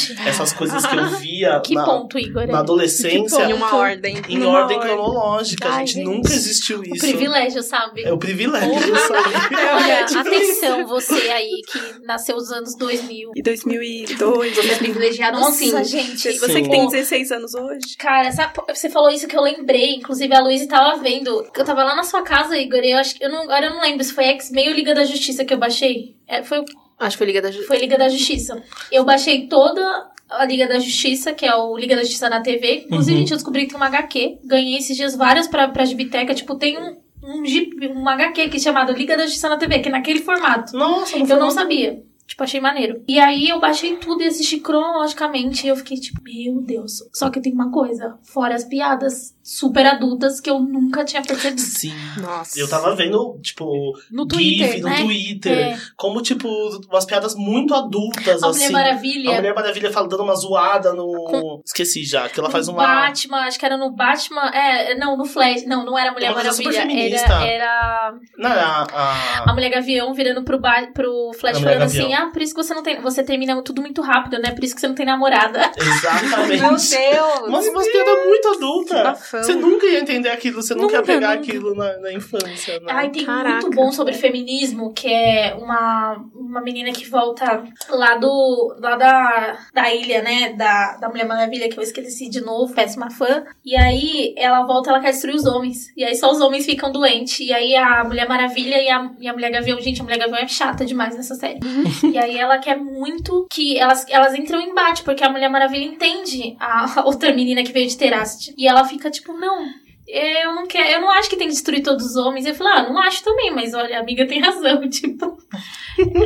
[SPEAKER 3] assistir essas coisas que eu via
[SPEAKER 4] Que
[SPEAKER 3] na,
[SPEAKER 5] né?
[SPEAKER 4] ponto, Igor.
[SPEAKER 3] na
[SPEAKER 4] é?
[SPEAKER 3] adolescência
[SPEAKER 6] Em uma ordem.
[SPEAKER 3] em
[SPEAKER 5] Numa
[SPEAKER 3] ordem
[SPEAKER 5] ordem.
[SPEAKER 3] cronológica,
[SPEAKER 4] Ai,
[SPEAKER 3] gente,
[SPEAKER 4] gente.
[SPEAKER 3] nunca existiu
[SPEAKER 4] O
[SPEAKER 3] isso.
[SPEAKER 4] privilégio, sabe?
[SPEAKER 3] É o privilégio, sabe?
[SPEAKER 4] Olha,
[SPEAKER 5] tipo
[SPEAKER 4] atenção, você aí que nasceu nos anos 2000.
[SPEAKER 5] E 2002.
[SPEAKER 6] Você é privilegiado sim.
[SPEAKER 4] Nossa, gente.
[SPEAKER 5] Você
[SPEAKER 3] Sim.
[SPEAKER 5] que tem
[SPEAKER 4] Pô,
[SPEAKER 5] 16 anos hoje.
[SPEAKER 4] Cara, essa- você falou isso que eu lembrei. Inclusive, a Luísa tava vendo. Eu tava lá na sua casa, Igor, e eu acho que. Eu não, agora eu não lembro se foi X-Men ou Liga da Justiça que eu baixei. É, foi,
[SPEAKER 6] Acho que foi Liga da Justiça.
[SPEAKER 4] foi Liga da Justiça. Eu baixei toda a Liga da Justiça, que é o Liga da Justiça na TV. Inclusive,
[SPEAKER 3] Uhum.
[SPEAKER 4] gente, eu descobri que tem uma HQ. Ganhei esses dias várias pra, pra Gibiteca. Tipo, tem um, um, Jeep- um HQ aqui chamado Liga da Justiça na TV, que é naquele formato.
[SPEAKER 3] Nossa, não
[SPEAKER 4] Eu não sabia. Tipo, achei maneiro. E aí eu baixei tudo e assisti cronologicamente. E eu fiquei tipo, meu Deus. Só que eu tenho uma coisa, fora as piadas super adultas que eu nunca tinha percebido.
[SPEAKER 3] Sim.
[SPEAKER 6] Nossa.
[SPEAKER 3] Eu tava vendo, tipo,
[SPEAKER 4] No Twitter,
[SPEAKER 3] GIF no
[SPEAKER 4] né?
[SPEAKER 3] Twitter.
[SPEAKER 4] É.
[SPEAKER 3] Como, tipo, umas piadas muito adultas,
[SPEAKER 4] A Mulher
[SPEAKER 3] assim.
[SPEAKER 4] Maravilha.
[SPEAKER 3] A Mulher Maravilha fala, dando uma zoada no. Esqueci já, que ela faz
[SPEAKER 4] no
[SPEAKER 3] uma.
[SPEAKER 4] Batman, acho que era no Batman. É, não, no Flash. Não, não era a Mulher
[SPEAKER 3] Uma coisa
[SPEAKER 4] Maravilha.
[SPEAKER 3] super feminista.
[SPEAKER 4] Era, era
[SPEAKER 3] Não, é a, a-
[SPEAKER 4] a Mulher Gavião virando pro, ba... pro Flash
[SPEAKER 3] A Mulher
[SPEAKER 4] falando assim:
[SPEAKER 3] Gavião.
[SPEAKER 4] Ah, por isso que você não tem. Você termina tudo muito rápido, né? Por isso que você não tem namorada.
[SPEAKER 3] Exatamente.
[SPEAKER 6] Meu Deus!
[SPEAKER 3] Mas umas piadas muito adultas.
[SPEAKER 6] bafão.
[SPEAKER 3] Você nunca ia entender aquilo, você nunca,
[SPEAKER 6] Nunca,
[SPEAKER 3] ia pegar
[SPEAKER 6] nunca.
[SPEAKER 3] aquilo na, na infância, né?
[SPEAKER 4] Ai, tem
[SPEAKER 6] Caraca.
[SPEAKER 4] muito bom sobre feminismo, que é uma, uma menina que volta lá do. lá da, da ilha, né? Da, da Mulher Maravilha, que eu esqueci de novo, péssima fã. E aí ela volta, ela quer destruir os homens. E aí só os homens ficam doentes. E aí a Mulher Maravilha e a, e a Mulher Gavião, gente, a Mulher Gavião é chata demais nessa série. e aí ela quer muito que elas, elas entram em embate, porque a Mulher Maravilha entende a, a outra menina que veio de Terastia. E ela fica tipo, não, eu não quero, eu não acho que tem que destruir todos os homens. Eu falei, ah, não acho também, mas olha, a amiga tem razão, tipo.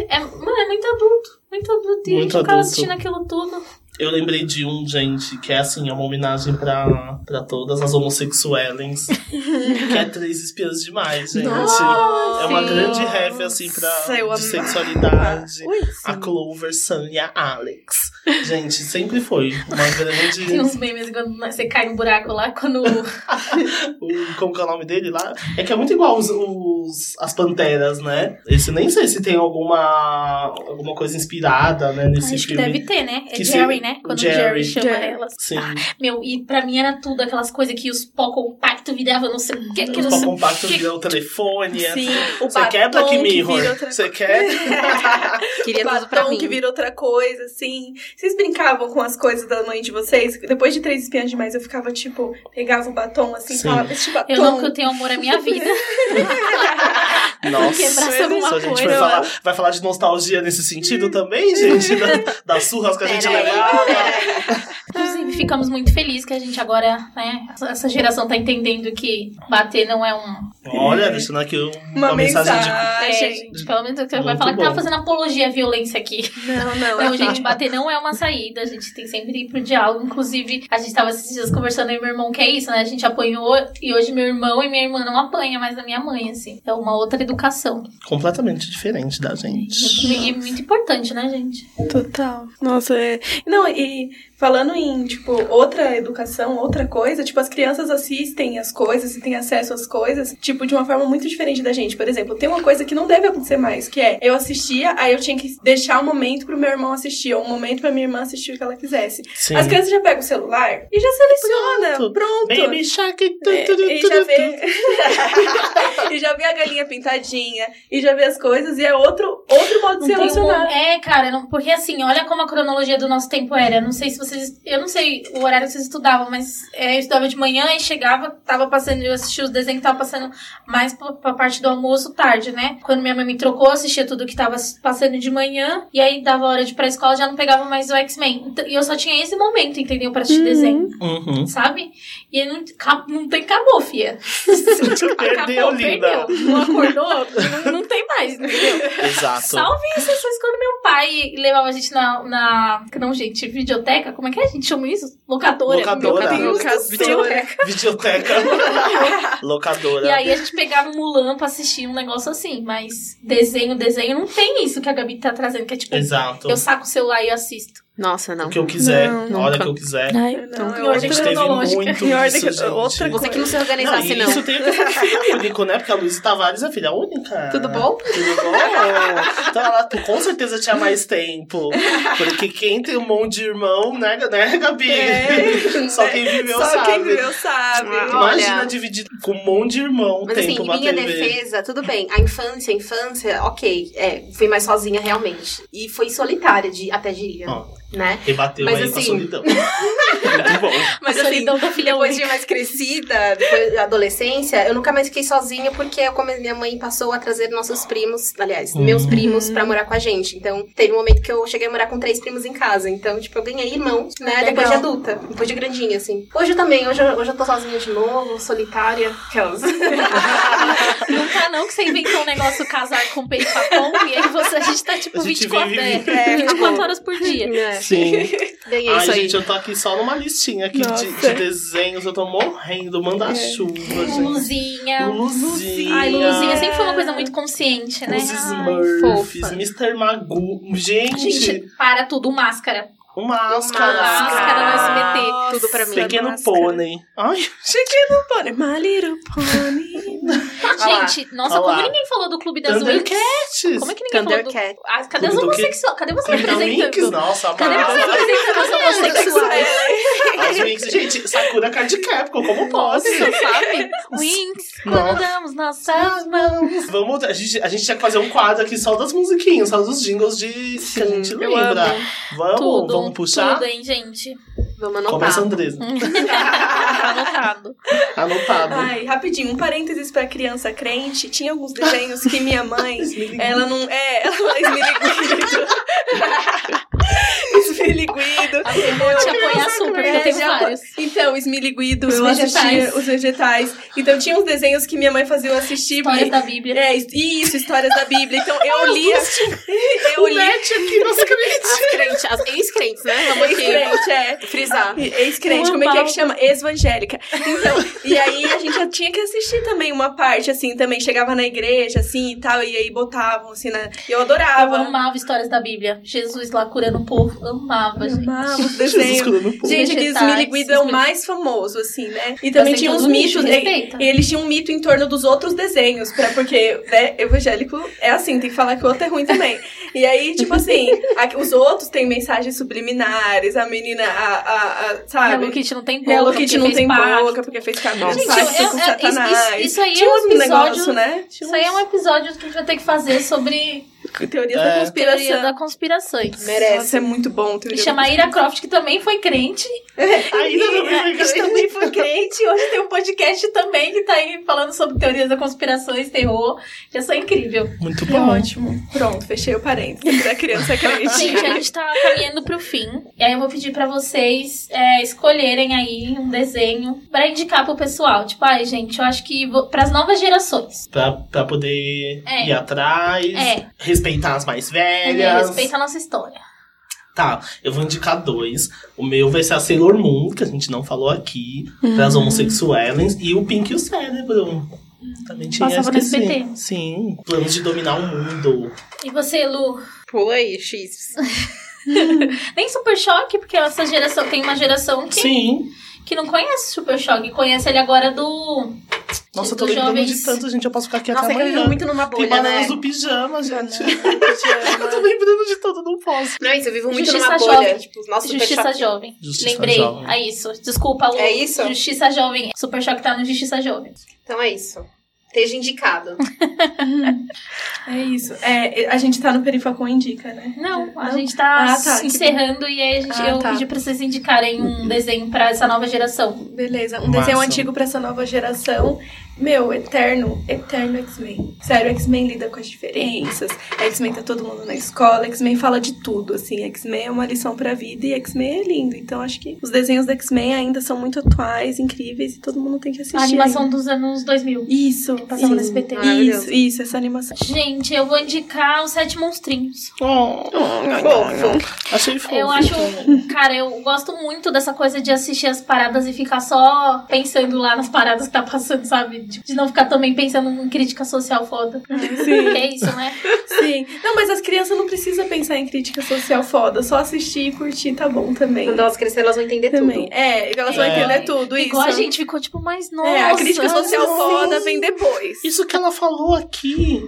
[SPEAKER 4] é, mano, é muito adulto, muito adulto. E a
[SPEAKER 3] Muito
[SPEAKER 4] gente ficava
[SPEAKER 3] adulto.
[SPEAKER 4] assistindo aquilo tudo.
[SPEAKER 3] Eu lembrei de um, gente, que é assim, é uma homenagem pra, pra todas as homossexuelens. que é três espiãs demais, gente. é uma grande ref, assim, pra
[SPEAKER 5] Nossa, eu
[SPEAKER 3] de
[SPEAKER 5] amava.
[SPEAKER 3] sexualidade.
[SPEAKER 5] Ui,
[SPEAKER 3] A Clover, Sun e a Alex. Gente, sempre foi uma
[SPEAKER 4] Tem um
[SPEAKER 3] grande.
[SPEAKER 4] uns memes quando você cai no buraco lá, quando.
[SPEAKER 3] o- como que é o nome dele lá? É que é muito igual os, os- as panteras, né? Esse nem sei se tem alguma, alguma coisa inspirada, né, nesse
[SPEAKER 4] acho que
[SPEAKER 3] filme.
[SPEAKER 4] deve ter, né? É
[SPEAKER 3] Que se-
[SPEAKER 4] Jerry, né? Quando o Jerry,
[SPEAKER 3] Jerry.
[SPEAKER 4] chama
[SPEAKER 5] Jerry.
[SPEAKER 4] elas.
[SPEAKER 3] Sim, tipo,
[SPEAKER 4] Meu, e pra mim era tudo aquelas coisas que os pó compacto viravam, não sei o que, é que
[SPEAKER 3] os
[SPEAKER 4] não
[SPEAKER 3] pau
[SPEAKER 4] sei o
[SPEAKER 3] compacto
[SPEAKER 4] que.
[SPEAKER 3] viram o telefone. é
[SPEAKER 5] Sim, o
[SPEAKER 3] Você
[SPEAKER 5] batom
[SPEAKER 3] quer Black Mirror?
[SPEAKER 5] vira outra
[SPEAKER 3] Você quer?
[SPEAKER 6] Queria tudo pra
[SPEAKER 5] batom
[SPEAKER 6] mim.
[SPEAKER 5] que vira outra coisa, assim. Vocês brincavam com as coisas da mãe de vocês? Depois de três espiãs demais, eu ficava, tipo, pegava o batom assim e
[SPEAKER 3] Sim.
[SPEAKER 5] falava, este
[SPEAKER 3] Tá
[SPEAKER 5] batom.
[SPEAKER 4] Eu não que eu tenho amor à minha vida.
[SPEAKER 3] Nossa.
[SPEAKER 4] Quebrar
[SPEAKER 5] isso é Hum.
[SPEAKER 4] alguma
[SPEAKER 3] Se a gente
[SPEAKER 4] coisa.
[SPEAKER 3] vai falar, vai falar de nostalgia nesse sentido também, gente, da, das surras que a gente
[SPEAKER 6] Peraí,
[SPEAKER 3] levava.
[SPEAKER 4] Inclusive, ficamos muito felizes que a gente agora, né, essa geração tá entendendo que bater não é um.
[SPEAKER 3] Olha, deixando aqui um-
[SPEAKER 5] Uma,
[SPEAKER 3] uma, mensagem, de.
[SPEAKER 4] É,
[SPEAKER 5] mensagem.
[SPEAKER 4] gente, pelo menos você vai
[SPEAKER 3] Muito
[SPEAKER 4] falar que tá
[SPEAKER 3] bom.
[SPEAKER 4] fazendo apologia à violência aqui.
[SPEAKER 5] Não, não.
[SPEAKER 4] Não, gente,
[SPEAKER 3] tá.
[SPEAKER 4] bater não é uma saída, a gente tem sempre que ir pro diálogo. Inclusive, a gente tava esses dias conversando eu e meu irmão, que é isso, né? A gente apanhou e hoje meu irmão e minha irmã não apanham mais da minha mãe, assim. É uma outra educação.
[SPEAKER 3] Completamente diferente da
[SPEAKER 4] E
[SPEAKER 3] gente.
[SPEAKER 4] e é muito importante, né, gente?
[SPEAKER 5] Total. Nossa, é. Não, e falando em, tipo, outra educação, outra coisa, tipo, as crianças assistem as coisas e têm acesso às coisas, tipo, de uma forma muito diferente da gente. Por exemplo, tem uma coisa que não deve acontecer mais, que é eu assistia, aí eu tinha que deixar um momento pro meu irmão assistir, ou um momento pra minha irmã assistir o que ela quisesse.
[SPEAKER 3] Sim.
[SPEAKER 5] As crianças já pegam o celular e já seleciona.
[SPEAKER 3] Pronto.
[SPEAKER 5] Pronto.
[SPEAKER 3] Baby Shark. tu,
[SPEAKER 5] É,
[SPEAKER 3] tu, tu,
[SPEAKER 5] e
[SPEAKER 3] tu,
[SPEAKER 5] já
[SPEAKER 3] tu.
[SPEAKER 5] vê e já vê a galinha pintadinha e já vê as coisas e é outro outro modo de se
[SPEAKER 4] Não tem um...
[SPEAKER 5] relacionar
[SPEAKER 4] É, cara, não- porque assim, olha como a cronologia do nosso tempo era. Não sei se vocês. Eu não sei o horário que vocês estudavam, mas é, eu estudava de manhã e chegava, tava passando, eu assistia os desenhos, tava passando mais pra, pra parte do almoço tarde, né? Quando minha mãe me trocou, eu assistia tudo que tava passando de manhã, e aí dava hora de ir pra escola já não pegava mais o X-Men. Então, E eu só tinha esse momento, entendeu? Pra assistir desenho,
[SPEAKER 3] Uhum.
[SPEAKER 4] sabe? E aí não, ca- não tem acabou, fia.
[SPEAKER 3] Perdeu, linda.
[SPEAKER 4] perdeu. Não acordou, não, não tem mais, entendeu?
[SPEAKER 3] Exato.
[SPEAKER 4] Salve exceções quando meu pai levava a gente na, na. Não, gente, videoteca? Como é que a gente chama isso? Locadora.
[SPEAKER 3] Locadora.
[SPEAKER 4] Meu Deus do
[SPEAKER 5] Locadora.
[SPEAKER 4] céu.
[SPEAKER 3] Videoteca. Locadora.
[SPEAKER 4] E aí a gente pegava o Mulan pra assistir um negócio assim, mas desenho, desenho, não tem isso que a Gabi tá trazendo, que é tipo,
[SPEAKER 3] Exato.
[SPEAKER 4] eu saco o celular e assisto.
[SPEAKER 6] Nossa, não.
[SPEAKER 3] O que eu quiser.
[SPEAKER 6] Não,
[SPEAKER 3] a hora
[SPEAKER 6] nunca.
[SPEAKER 3] que eu quiser.
[SPEAKER 5] Não, é
[SPEAKER 4] Não, a
[SPEAKER 3] A
[SPEAKER 5] outra-
[SPEAKER 4] gente
[SPEAKER 3] gente teve
[SPEAKER 4] cronológica.
[SPEAKER 3] muito
[SPEAKER 5] Em ordem
[SPEAKER 3] isso,
[SPEAKER 5] que-
[SPEAKER 3] gente.
[SPEAKER 5] outra
[SPEAKER 6] Você que não se
[SPEAKER 3] é? Não,
[SPEAKER 6] organizasse,
[SPEAKER 3] e
[SPEAKER 6] não.
[SPEAKER 3] isso tem que ser filho único, né? Porque a Luísa Tavares é filha única.
[SPEAKER 6] Tudo bom?
[SPEAKER 3] Tudo bom? Então ela com certeza tinha mais tempo. Porque quem tem um monte de irmão, né, né Gabi?
[SPEAKER 5] É,
[SPEAKER 3] Só quem viveu
[SPEAKER 5] Só
[SPEAKER 3] sabe.
[SPEAKER 5] quem viveu sabe.
[SPEAKER 6] Ah,
[SPEAKER 3] Imagina
[SPEAKER 6] Olha.
[SPEAKER 3] dividir com um monte de irmão
[SPEAKER 6] Mas assim,
[SPEAKER 3] tempo
[SPEAKER 6] em
[SPEAKER 3] pra
[SPEAKER 6] minha
[SPEAKER 3] TV.
[SPEAKER 6] defesa, tudo bem. A infância, a infância, ok. É, fui mais sozinha realmente. E foi solitária, de, até diria.
[SPEAKER 3] Ó,
[SPEAKER 6] né?
[SPEAKER 3] Rebateu
[SPEAKER 6] Mas
[SPEAKER 3] aí com a
[SPEAKER 6] assim-
[SPEAKER 3] solidão.
[SPEAKER 7] Muito bom.
[SPEAKER 6] Mas
[SPEAKER 4] A
[SPEAKER 6] assim,
[SPEAKER 4] solidão da filha
[SPEAKER 6] depois
[SPEAKER 4] única.
[SPEAKER 6] de mais crescida, depois da adolescência, eu nunca mais fiquei sozinha porque eu come- minha mãe passou a trazer nossos primos, aliás,
[SPEAKER 3] Hum.
[SPEAKER 6] meus primos pra morar com a gente. Então, teve um momento que eu cheguei a morar com três primos em casa. Então, tipo, eu ganhei irmãos, né?
[SPEAKER 4] Legal.
[SPEAKER 6] Depois de adulta, depois de grandinha, assim. Hoje eu também, hoje eu, hoje eu tô sozinha de novo, solitária. Aquelas.
[SPEAKER 4] Não tá não que você inventou um negócio casar com peito papão e aí você, a gente tá tipo
[SPEAKER 3] A gente
[SPEAKER 4] 24
[SPEAKER 3] vive-
[SPEAKER 4] horas,
[SPEAKER 6] É,
[SPEAKER 4] 24 horas por dia.
[SPEAKER 6] É,
[SPEAKER 3] Sim.
[SPEAKER 6] ganhei
[SPEAKER 3] Ai,
[SPEAKER 6] isso aí.
[SPEAKER 3] gente, eu tô aqui só numa listinha aqui de,
[SPEAKER 5] Nossa.
[SPEAKER 3] de desenhos. Eu tô morrendo.
[SPEAKER 6] É.
[SPEAKER 3] Manda chuva, gente.
[SPEAKER 4] Luluzinha.
[SPEAKER 3] Luluzinha.
[SPEAKER 4] Ai, Luluzinha sempre foi uma coisa muito consciente, né?
[SPEAKER 3] Os
[SPEAKER 4] Ai,
[SPEAKER 3] Smurfs,
[SPEAKER 4] fofa.
[SPEAKER 3] Mr. Magoo. Gente,
[SPEAKER 4] Gente, para tudo, máscara.
[SPEAKER 3] o Máscara.
[SPEAKER 4] Máscara no SBT.
[SPEAKER 6] Tudo pra mim.
[SPEAKER 3] Pequeno
[SPEAKER 5] Máscara.
[SPEAKER 3] Pônei. Ai,
[SPEAKER 5] Pequeno pônei. My little pony.
[SPEAKER 6] lá.
[SPEAKER 4] Gente, nossa,
[SPEAKER 3] Olha lá.
[SPEAKER 4] como ninguém falou do Clube das Winx?
[SPEAKER 3] Thundercats.
[SPEAKER 4] Como é que ninguém falou do...
[SPEAKER 6] Thundercat.
[SPEAKER 4] Ah, cadê os
[SPEAKER 3] Clube do quê?
[SPEAKER 4] homossexuais? Cadê você
[SPEAKER 3] Da Winx?
[SPEAKER 4] representando?
[SPEAKER 3] Nossa,
[SPEAKER 4] Cadê você
[SPEAKER 3] amava.
[SPEAKER 4] representando os homossexuais?
[SPEAKER 3] As Winx. Gente, Sakura Card Capcom, como pode?
[SPEAKER 4] Nossa, sabe? Winx, quando
[SPEAKER 3] Nossa.
[SPEAKER 4] damos nossas mãos.
[SPEAKER 3] Vamos, a gente, a gente tinha que fazer um quadro aqui só das musiquinhas, só dos jingles de, que a gente lembra. Vamos,
[SPEAKER 4] Tudo,
[SPEAKER 3] Tá vamos puxar?
[SPEAKER 4] tudo, hein, gente?
[SPEAKER 6] Vamos
[SPEAKER 3] Começa um a
[SPEAKER 6] anotar.
[SPEAKER 3] Andresa.
[SPEAKER 4] Tá anotado.
[SPEAKER 3] Anotado.
[SPEAKER 5] Ai, rapidinho, um parênteses pra criança crente. Tinha alguns desenhos que minha mãe, ela não. É, ela esmiriguido. Esmiriguido.
[SPEAKER 4] Eu vou
[SPEAKER 5] é
[SPEAKER 4] te apoiar super, porque eu tenho
[SPEAKER 5] já-
[SPEAKER 4] vários.
[SPEAKER 5] Então, esmiriguido,
[SPEAKER 4] Os
[SPEAKER 5] eu
[SPEAKER 4] vegetais.
[SPEAKER 5] assistia os vegetais. Então, tinha uns desenhos que minha mãe fazia eu assistir.
[SPEAKER 4] Histórias
[SPEAKER 5] porque-
[SPEAKER 4] da Bíblia.
[SPEAKER 5] É, isso, histórias da Bíblia. Então, eu lia. Eu
[SPEAKER 3] O
[SPEAKER 5] lia.
[SPEAKER 3] Net aqui nas crentes.
[SPEAKER 6] As crentes, as ex-crentes, né? Vamos aqui
[SPEAKER 5] Crente, é.
[SPEAKER 6] frisar.
[SPEAKER 5] E- Ex-crente, como é que é que chama? Ex-evangélica. Então, e aí a gente já tinha que assistir também uma parte, assim, também. Chegava na igreja, assim, e tal, e aí botavam, assim, na... e eu
[SPEAKER 4] Eu
[SPEAKER 5] adorava.
[SPEAKER 4] amava histórias da Bíblia. Jesus lá curando o povo. Amava, gente.
[SPEAKER 5] amava os
[SPEAKER 3] Jesus
[SPEAKER 5] desenhos.
[SPEAKER 3] curando o povo.
[SPEAKER 5] Gente, aqui
[SPEAKER 4] Vegetais,
[SPEAKER 5] Smiliguido é o
[SPEAKER 4] Smiley-
[SPEAKER 5] mais famoso, assim, né? E também
[SPEAKER 4] Mas tem
[SPEAKER 5] tinha uns
[SPEAKER 4] todos os
[SPEAKER 5] mitos.
[SPEAKER 4] bichos,
[SPEAKER 5] E,
[SPEAKER 4] respeita.
[SPEAKER 5] e eles tinham um mito em torno dos outros desenhos, pra, porque, né, evangélico é assim, tem que falar que o outro é ruim também. E aí, tipo assim, a- os outros têm mensagens subliminares, a menina, a, a, a- sabe?
[SPEAKER 4] Hello Kitty não tem boca.
[SPEAKER 5] Hello Kitty
[SPEAKER 4] porque
[SPEAKER 5] não
[SPEAKER 4] fez
[SPEAKER 5] tem
[SPEAKER 4] pacto.
[SPEAKER 5] boca, porque fez cabelo
[SPEAKER 4] Gente,
[SPEAKER 5] pacto
[SPEAKER 4] eu- eu-
[SPEAKER 5] com
[SPEAKER 4] eu- isso-
[SPEAKER 5] Satanás.
[SPEAKER 4] isso aí é
[SPEAKER 5] Tinha
[SPEAKER 4] um
[SPEAKER 5] uns
[SPEAKER 4] episódio-
[SPEAKER 5] negócio, né? Tinha
[SPEAKER 4] Isso aí é um
[SPEAKER 5] uns-
[SPEAKER 4] episódio que a gente vai ter que fazer sobre
[SPEAKER 5] Teorias
[SPEAKER 3] É.
[SPEAKER 5] da
[SPEAKER 4] teoria
[SPEAKER 5] conspiração.
[SPEAKER 4] da conspirações.
[SPEAKER 5] Merece. Nossa, é muito bom. Teoria
[SPEAKER 4] E
[SPEAKER 5] da
[SPEAKER 4] chama a Ira Croft, que também foi crente.
[SPEAKER 3] Ainda não tá-
[SPEAKER 4] E a
[SPEAKER 3] me
[SPEAKER 4] gente também foi crente. E hoje tem um podcast também que tá aí falando sobre teorias da conspirações, terror. Já sou incrível.
[SPEAKER 3] Muito
[SPEAKER 5] É ótimo. Pronto, fechei o parênteses da criança é crente.
[SPEAKER 4] Gente, a gente tá caminhando pro fim. E aí eu vou pedir pra vocês é, escolherem aí um desenho pra indicar pro pessoal. Tipo, ai, gente, eu acho que vou... pras novas gerações.
[SPEAKER 3] Pra, pra poder
[SPEAKER 4] É.
[SPEAKER 3] ir atrás,
[SPEAKER 4] É.
[SPEAKER 3] respeitar as mais
[SPEAKER 4] Entendeu?
[SPEAKER 3] velhas.
[SPEAKER 4] Respeita a nossa história.
[SPEAKER 3] Tá, eu vou indicar dois. O meu vai ser a Sailor Moon, que a gente não falou aqui, pras homossexuais, e o Pink e o Cérebro. Também tinha
[SPEAKER 4] Passava no
[SPEAKER 3] esquecido.
[SPEAKER 4] SBT.
[SPEAKER 3] Sim, planos de dominar o mundo.
[SPEAKER 4] E você, Lu?
[SPEAKER 6] Pula aí, X.
[SPEAKER 4] Nem Super Choque, porque essa geração tem uma geração que,
[SPEAKER 3] Sim.
[SPEAKER 4] que não conhece Super Choque. Conhece ele agora do...
[SPEAKER 3] Nossa, eu tô
[SPEAKER 4] Dos
[SPEAKER 3] lembrando
[SPEAKER 4] jovens.
[SPEAKER 3] de tanto, gente. Eu posso ficar aqui
[SPEAKER 6] Nossa,
[SPEAKER 3] até
[SPEAKER 6] é que eu vivo
[SPEAKER 3] amanhã.
[SPEAKER 6] muito numa
[SPEAKER 3] Tem
[SPEAKER 6] bolha, né?
[SPEAKER 3] bananas do pijama, gente. eu tô lembrando de tudo, não posso.
[SPEAKER 6] Não, isso, eu vivo muito
[SPEAKER 4] Justiça
[SPEAKER 6] numa bolha.
[SPEAKER 4] jovem.
[SPEAKER 6] Tipo, os nossos
[SPEAKER 4] Justiça
[SPEAKER 6] super
[SPEAKER 4] Jovem.
[SPEAKER 3] Justiça
[SPEAKER 4] Lembrei.
[SPEAKER 3] Jovem.
[SPEAKER 4] É isso. Desculpa, Lu.
[SPEAKER 6] É isso?
[SPEAKER 4] Justiça Jovem. Super Choque tá no Justiça Jovem.
[SPEAKER 6] Então é isso. Esteja indicado.
[SPEAKER 5] É isso. É, a gente tá no Perifacon Indica, né?
[SPEAKER 4] Não, a
[SPEAKER 5] Não?
[SPEAKER 4] gente tá,
[SPEAKER 5] Ah, tá.
[SPEAKER 4] encerrando e aí a gente,
[SPEAKER 5] Ah,
[SPEAKER 4] eu
[SPEAKER 5] tá.
[SPEAKER 4] pedi pra vocês indicarem
[SPEAKER 3] Uhum.
[SPEAKER 4] um desenho pra essa nova geração.
[SPEAKER 5] Beleza, um
[SPEAKER 3] Massa.
[SPEAKER 5] desenho antigo pra essa nova geração. Meu, eterno, eterno X-Men. Sério, X-Men lida com as diferenças. X-Men tá todo mundo na escola, X-Men fala de tudo, assim. X-Men é uma lição pra vida e X-Men é lindo. Então acho que os desenhos da X-Men ainda são muito atuais, incríveis e todo mundo tem que assistir.
[SPEAKER 4] A animação
[SPEAKER 5] ainda.
[SPEAKER 4] dos anos 2000.
[SPEAKER 5] Isso,
[SPEAKER 4] Passava no
[SPEAKER 5] isso,
[SPEAKER 4] SBT.
[SPEAKER 5] Isso, isso, essa animação.
[SPEAKER 4] Gente, eu vou indicar os Sete Monstrinhos.
[SPEAKER 6] Fofo.
[SPEAKER 3] Achei fofo.
[SPEAKER 4] Eu acho, cara, eu gosto muito dessa coisa de assistir as paradas e ficar só pensando lá nas paradas que tá passando, sabe? De de não ficar também pensando em crítica social foda.
[SPEAKER 5] Ah,
[SPEAKER 4] Que é isso, né?
[SPEAKER 5] Sim. Não, mas as crianças não precisam pensar em crítica social foda. Só assistir e curtir tá bom também.
[SPEAKER 6] Quando elas crescerem, elas vão entender
[SPEAKER 5] Também.
[SPEAKER 6] tudo.
[SPEAKER 5] É, elas vão
[SPEAKER 3] É.
[SPEAKER 5] entender tudo isso.
[SPEAKER 4] Igual a gente ficou tipo, mas nossa.
[SPEAKER 5] é, a crítica social
[SPEAKER 4] nossa.
[SPEAKER 5] foda vem depois.
[SPEAKER 3] Isso que ela falou aqui.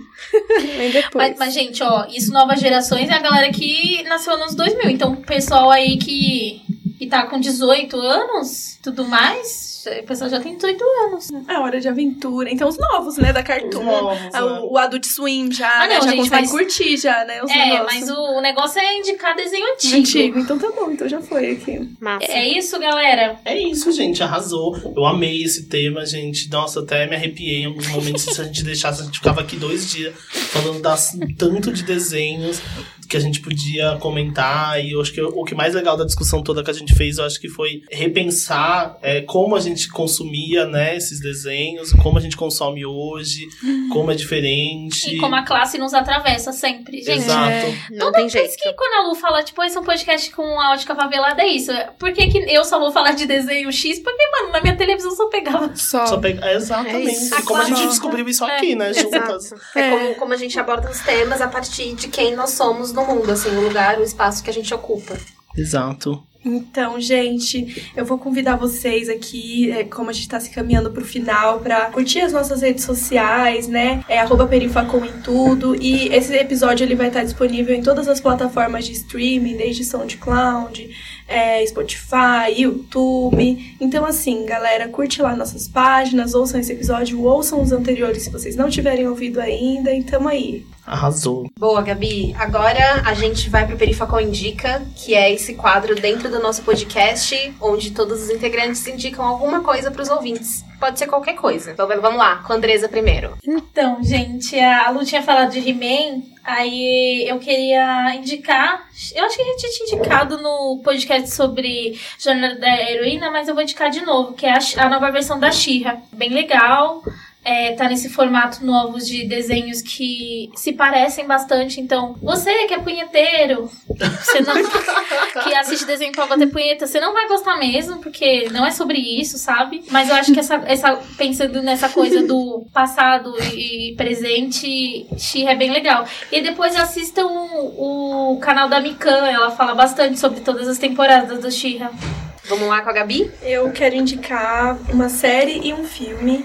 [SPEAKER 5] Vem depois.
[SPEAKER 4] Mas, mas, gente, ó, isso novas gerações é a galera que nasceu nos 2000. Então, o pessoal aí que, que e tá com 18 anos, tudo mais, a pessoa já tem 18 anos.
[SPEAKER 5] A é Hora de Aventura. Então, os novos, né? Da Cartoon.
[SPEAKER 3] novos,
[SPEAKER 5] Ah,
[SPEAKER 3] né?
[SPEAKER 5] o, o Adult Swim já,
[SPEAKER 4] Ah,
[SPEAKER 5] né?
[SPEAKER 4] não,
[SPEAKER 5] já
[SPEAKER 4] gente,
[SPEAKER 5] consegue
[SPEAKER 4] mas-
[SPEAKER 5] curtir já, né? Os
[SPEAKER 4] é,
[SPEAKER 5] negócios.
[SPEAKER 4] mas o, o negócio é indicar desenho antigo.
[SPEAKER 5] Antigo, então tá bom, então já foi aqui.
[SPEAKER 8] Massa.
[SPEAKER 4] É isso, galera?
[SPEAKER 3] É isso, gente, arrasou. Eu amei esse tema, gente. Nossa, até me arrepiei em alguns momentos. Se a gente deixasse, a gente ficava aqui dois dias falando das tanto de desenhos que a gente podia comentar. E eu acho que o que mais legal da discussão toda que a gente fez, eu acho que foi repensar é, como a gente consumia, né, esses desenhos, como a gente consome hoje, como é diferente.
[SPEAKER 4] E como a classe nos atravessa sempre, gente.
[SPEAKER 3] Tipo.
[SPEAKER 4] é.
[SPEAKER 3] Exato.
[SPEAKER 8] Não tem
[SPEAKER 4] Por
[SPEAKER 8] jeito.
[SPEAKER 4] isso que quando a Lu fala, tipo, esse é um podcast com a ótica favelada, é isso. Por que, que eu só vou falar de desenho X? Porque, mano, na minha televisão só pegava.
[SPEAKER 3] Só pega- é, Exatamente.
[SPEAKER 8] É isso.
[SPEAKER 3] E como a gente
[SPEAKER 5] Aquaman.
[SPEAKER 3] descobriu isso aqui, né, juntas.
[SPEAKER 8] Exato.
[SPEAKER 6] É
[SPEAKER 5] É.
[SPEAKER 6] como, como a gente aborda os temas a partir de quem nós somos no mundo, assim, o lugar, o espaço que a gente ocupa.
[SPEAKER 3] Exato.
[SPEAKER 5] Então, gente, eu vou convidar vocês aqui, é, como a gente tá se caminhando pro final, pra curtir as nossas redes sociais, né? É arroba Perifacom em tudo. E esse episódio ele vai estar disponível em todas as plataformas de streaming, desde SoundCloud, é, Spotify, YouTube. Então, assim, galera, curte lá nossas páginas, ouçam esse episódio, ouçam os anteriores se vocês não tiverem ouvido ainda. E tamo aí.
[SPEAKER 3] Arrasou.
[SPEAKER 6] Boa, Gabi. Agora a gente vai pro Perifacom Indica, que é esse quadro dentro do nosso podcast, onde todos os integrantes indicam alguma coisa pros ouvintes. Pode ser qualquer coisa. Então vamos lá, com a Andresa primeiro.
[SPEAKER 4] Então, gente, a Lu tinha falado de He-Man, aí eu queria indicar. Eu acho que a gente tinha indicado no podcast sobre Jornada da Heroína, mas eu vou indicar de novo, que é a, She- a nova versão da She-Ra. Bem legal. É, tá nesse formato novo de desenhos que se parecem bastante. Então, você que é punheteiro, você não, que assiste desenho pra bater punheta, você não vai gostar mesmo, porque não é sobre isso, sabe? Mas eu acho que essa, essa pensando nessa coisa do passado e presente, Xirra é bem legal. E depois assistam o, o canal da Mikan, ela fala bastante sobre todas as temporadas do Xirra.
[SPEAKER 6] Vamos lá com a Gabi?
[SPEAKER 5] Eu quero indicar uma série e um filme.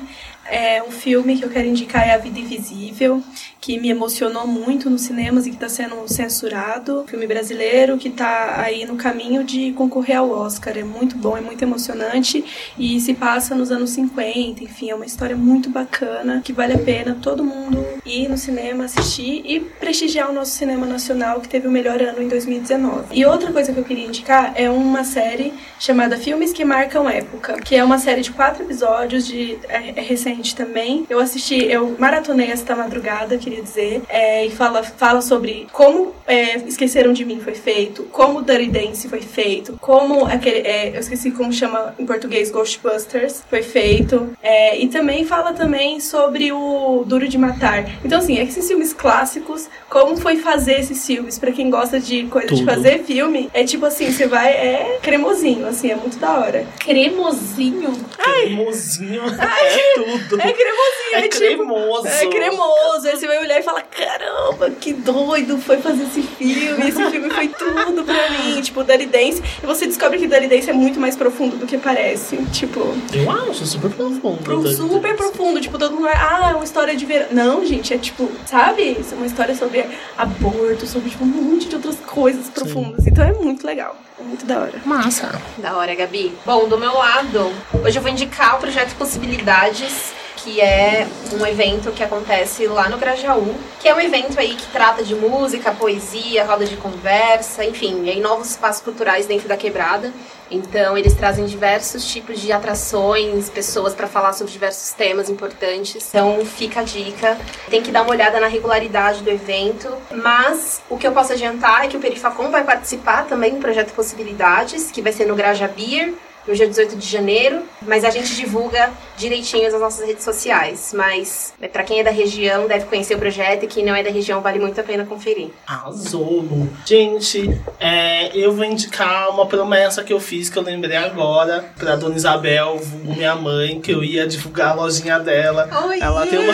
[SPEAKER 5] É, um filme que eu quero indicar é A Vida Invisível, que me emocionou muito nos cinemas e que está sendo censurado. Um Filme brasileiro que está aí no caminho de concorrer ao Oscar. É muito bom, é muito emocionante e se passa nos anos 50. Enfim, é uma história muito bacana que vale a pena todo mundo ir no cinema assistir e prestigiar o nosso cinema nacional que teve o melhor ano em 2019. E outra coisa que eu queria indicar é uma série chamada Filmes que Marcam Época, que é uma série de quatro episódios, de, é, é recente também. Eu assisti, eu maratonei esta madrugada, queria dizer, é, e fala, fala sobre como é, Esqueceram de Mim foi feito, como Dirty Dance foi feito, como aquele, é, eu esqueci como chama em português, Ghostbusters foi feito, é, e também fala também sobre o Duro de Matar. Então, assim, esses filmes clássicos, como foi fazer esses filmes, pra quem gosta de coisa de
[SPEAKER 3] Tudo.
[SPEAKER 5] fazer filme, é tipo assim, você vai, é cremosinho, assim, é muito da hora.
[SPEAKER 4] Cremosinho.
[SPEAKER 3] Cremosinho é tudo.
[SPEAKER 5] É cremosinho, é,
[SPEAKER 3] É
[SPEAKER 5] tipo.
[SPEAKER 3] cremoso.
[SPEAKER 5] É cremoso, aí você vai olhar e fala: Caramba, que doido foi fazer esse filme. Esse filme foi tudo pra mim. Tipo, Dirty Dance. E você descobre que Dirty Dance é muito mais profundo do que parece. Tipo,
[SPEAKER 3] Eu acho é super profundo.
[SPEAKER 5] pro-
[SPEAKER 3] Dani.
[SPEAKER 5] super profundo. Tipo, todo mundo vai, ah, é uma história de verão. Não, gente, é tipo, sabe? Isso é uma história sobre aborto, sobre tipo, um monte de outras coisas profundas. Então é muito legal. É muito da hora.
[SPEAKER 8] Massa.
[SPEAKER 6] Da hora, Gabi. Bom, do meu lado, hoje eu vou indicar o projeto Possibilidades, que é um evento que acontece lá no Grajaú, que é um evento aí que trata de música, poesia, roda de conversa, enfim, aí novos espaços culturais dentro da quebrada. Então, eles trazem diversos tipos de atrações, pessoas para falar sobre diversos temas importantes. Então, fica a dica. Tem que dar uma olhada na regularidade do evento. Mas o que eu posso adiantar é que o Perifacom vai participar também do projeto Possibilidades, que vai ser no Graja Beer. No dia 18 de janeiro, mas a gente divulga direitinho nas nossas redes sociais. Mas para quem é da região deve conhecer o projeto e quem não é da região vale muito a pena conferir.
[SPEAKER 3] Arrasou. Gente, é, eu vou indicar uma promessa que eu fiz, que eu lembrei agora, pra Dona Isabel, vulgo minha mãe, que eu ia divulgar a lojinha dela.
[SPEAKER 6] Oi,
[SPEAKER 3] Ela tem uma.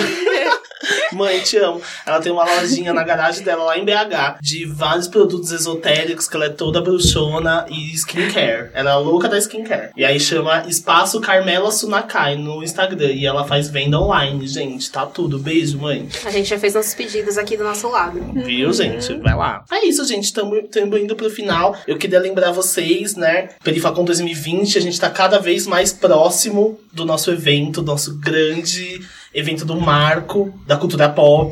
[SPEAKER 3] Mãe, te amo. Ela tem uma lojinha na garagem dela, lá em BH, de vários produtos esotéricos, que ela é toda bruxona e skincare. Ela é louca da skincare. É. E aí chama Espaço Carmela Sunakai no Instagram. E ela faz venda online, gente. Tá tudo. Beijo, mãe.
[SPEAKER 6] A gente já fez nossos pedidos aqui do nosso lado.
[SPEAKER 3] Viu, gente? Vai lá. É isso, gente. Estamos indo pro final. Eu queria lembrar vocês, né? Perifacon 2020, a gente tá cada vez mais próximo do nosso evento, do nosso grande evento do marco, da cultura pop.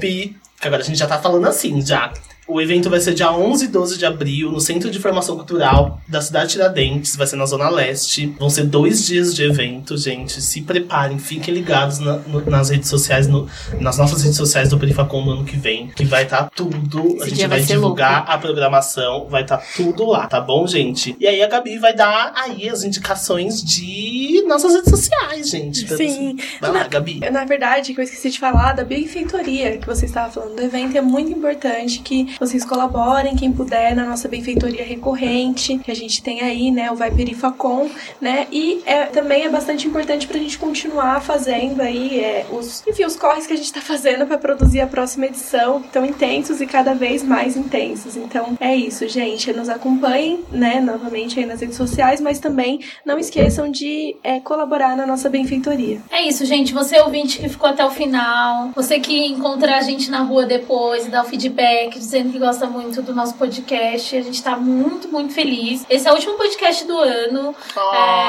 [SPEAKER 3] Que agora a gente já tá falando assim, já. O evento vai ser dia 11 e 12 de abril, no Centro de Formação Cultural da cidade de Tiradentes, vai ser na Zona Leste. Vão ser dois dias de evento, gente. Se preparem, fiquem ligados na- no- nas redes sociais, no- nas nossas redes sociais do Perifacom no ano que vem, que vai estar tudo. a
[SPEAKER 6] Esse
[SPEAKER 3] gente
[SPEAKER 6] dia
[SPEAKER 3] vai,
[SPEAKER 6] vai ser
[SPEAKER 3] divulgar a programação, vai estar tudo lá, tá bom, gente? E aí a Gabi vai dar aí as indicações de nossas redes sociais, gente. pra
[SPEAKER 5] Sim.
[SPEAKER 3] você- Vai lá, Gabi.
[SPEAKER 5] É, Na verdade, que eu esqueci de falar da benfeitoria que você estava falando do evento, é muito importante que vocês colaborem, quem puder, na nossa benfeitoria recorrente, que a gente tem aí, né, o Vai Perifacom, né, e é, também é bastante importante pra gente continuar fazendo aí, é, os, enfim, os corres que a gente tá fazendo pra produzir a próxima edição, que estão intensos e cada vez mais intensos. Então, é isso, gente, nos acompanhem, né, novamente aí nas redes sociais, mas também não esqueçam de é, colaborar na nossa benfeitoria.
[SPEAKER 4] É isso, gente. Você ouvinte que ficou até o final, você que encontra a gente na rua depois e dá o feedback, dizendo que gosta muito do nosso podcast. A gente tá muito, muito feliz. Esse é o último podcast do ano.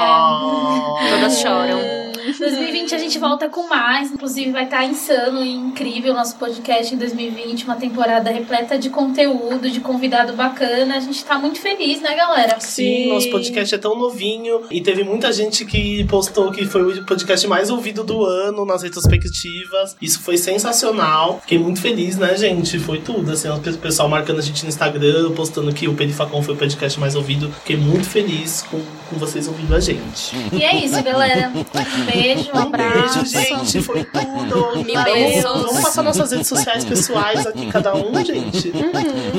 [SPEAKER 3] Oh.
[SPEAKER 6] Todas choram.
[SPEAKER 4] 2020 a gente volta com mais. Inclusive, vai estar insano e incrível o nosso podcast em 2020. Uma temporada repleta de conteúdo, de convidado bacana. A gente tá muito feliz, né, galera?
[SPEAKER 3] Sim, nosso podcast é tão novinho e teve muita gente que postou que foi o podcast mais ouvido do ano nas retrospectivas. Isso foi sensacional. Fiquei muito feliz, né, gente? Foi tudo. Assim, o pessoal marcando a gente no Instagram, postando que o Perifacon foi o podcast mais ouvido. Fiquei muito feliz com, com vocês ouvindo a gente.
[SPEAKER 4] E é isso, galera. Um beijo, um abraço.
[SPEAKER 3] Beijo, gente. Foi tudo.
[SPEAKER 6] Me
[SPEAKER 3] Tá bom?
[SPEAKER 6] beijos.
[SPEAKER 3] Vamos passar nossas redes sociais pessoais aqui, cada um, gente.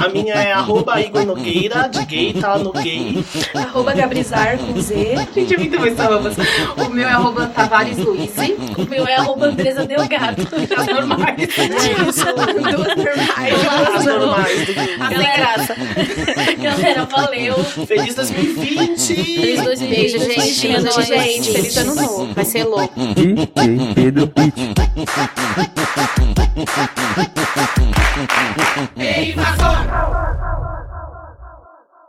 [SPEAKER 3] A minha é arroba Igor Nogueira, de gay, tá? No gay.
[SPEAKER 5] Arroba Gabrizar com Z.
[SPEAKER 6] Gente, é muito mais arrobas. O meu é arroba Tavares Luiz.
[SPEAKER 4] O meu é arroba Andresa Delgado. Tá normal.
[SPEAKER 5] Duas
[SPEAKER 3] É As normais do gay.
[SPEAKER 4] Galera, galera, valeu.
[SPEAKER 3] Feliz 2020!
[SPEAKER 6] Feliz dois beijo, gente.
[SPEAKER 4] Beijo,
[SPEAKER 6] Beijo,
[SPEAKER 4] gente.
[SPEAKER 6] gente. Feliz ano novo. Vai ser louco.
[SPEAKER 7] DJ Pedro Pitt.
[SPEAKER 3] Invasor!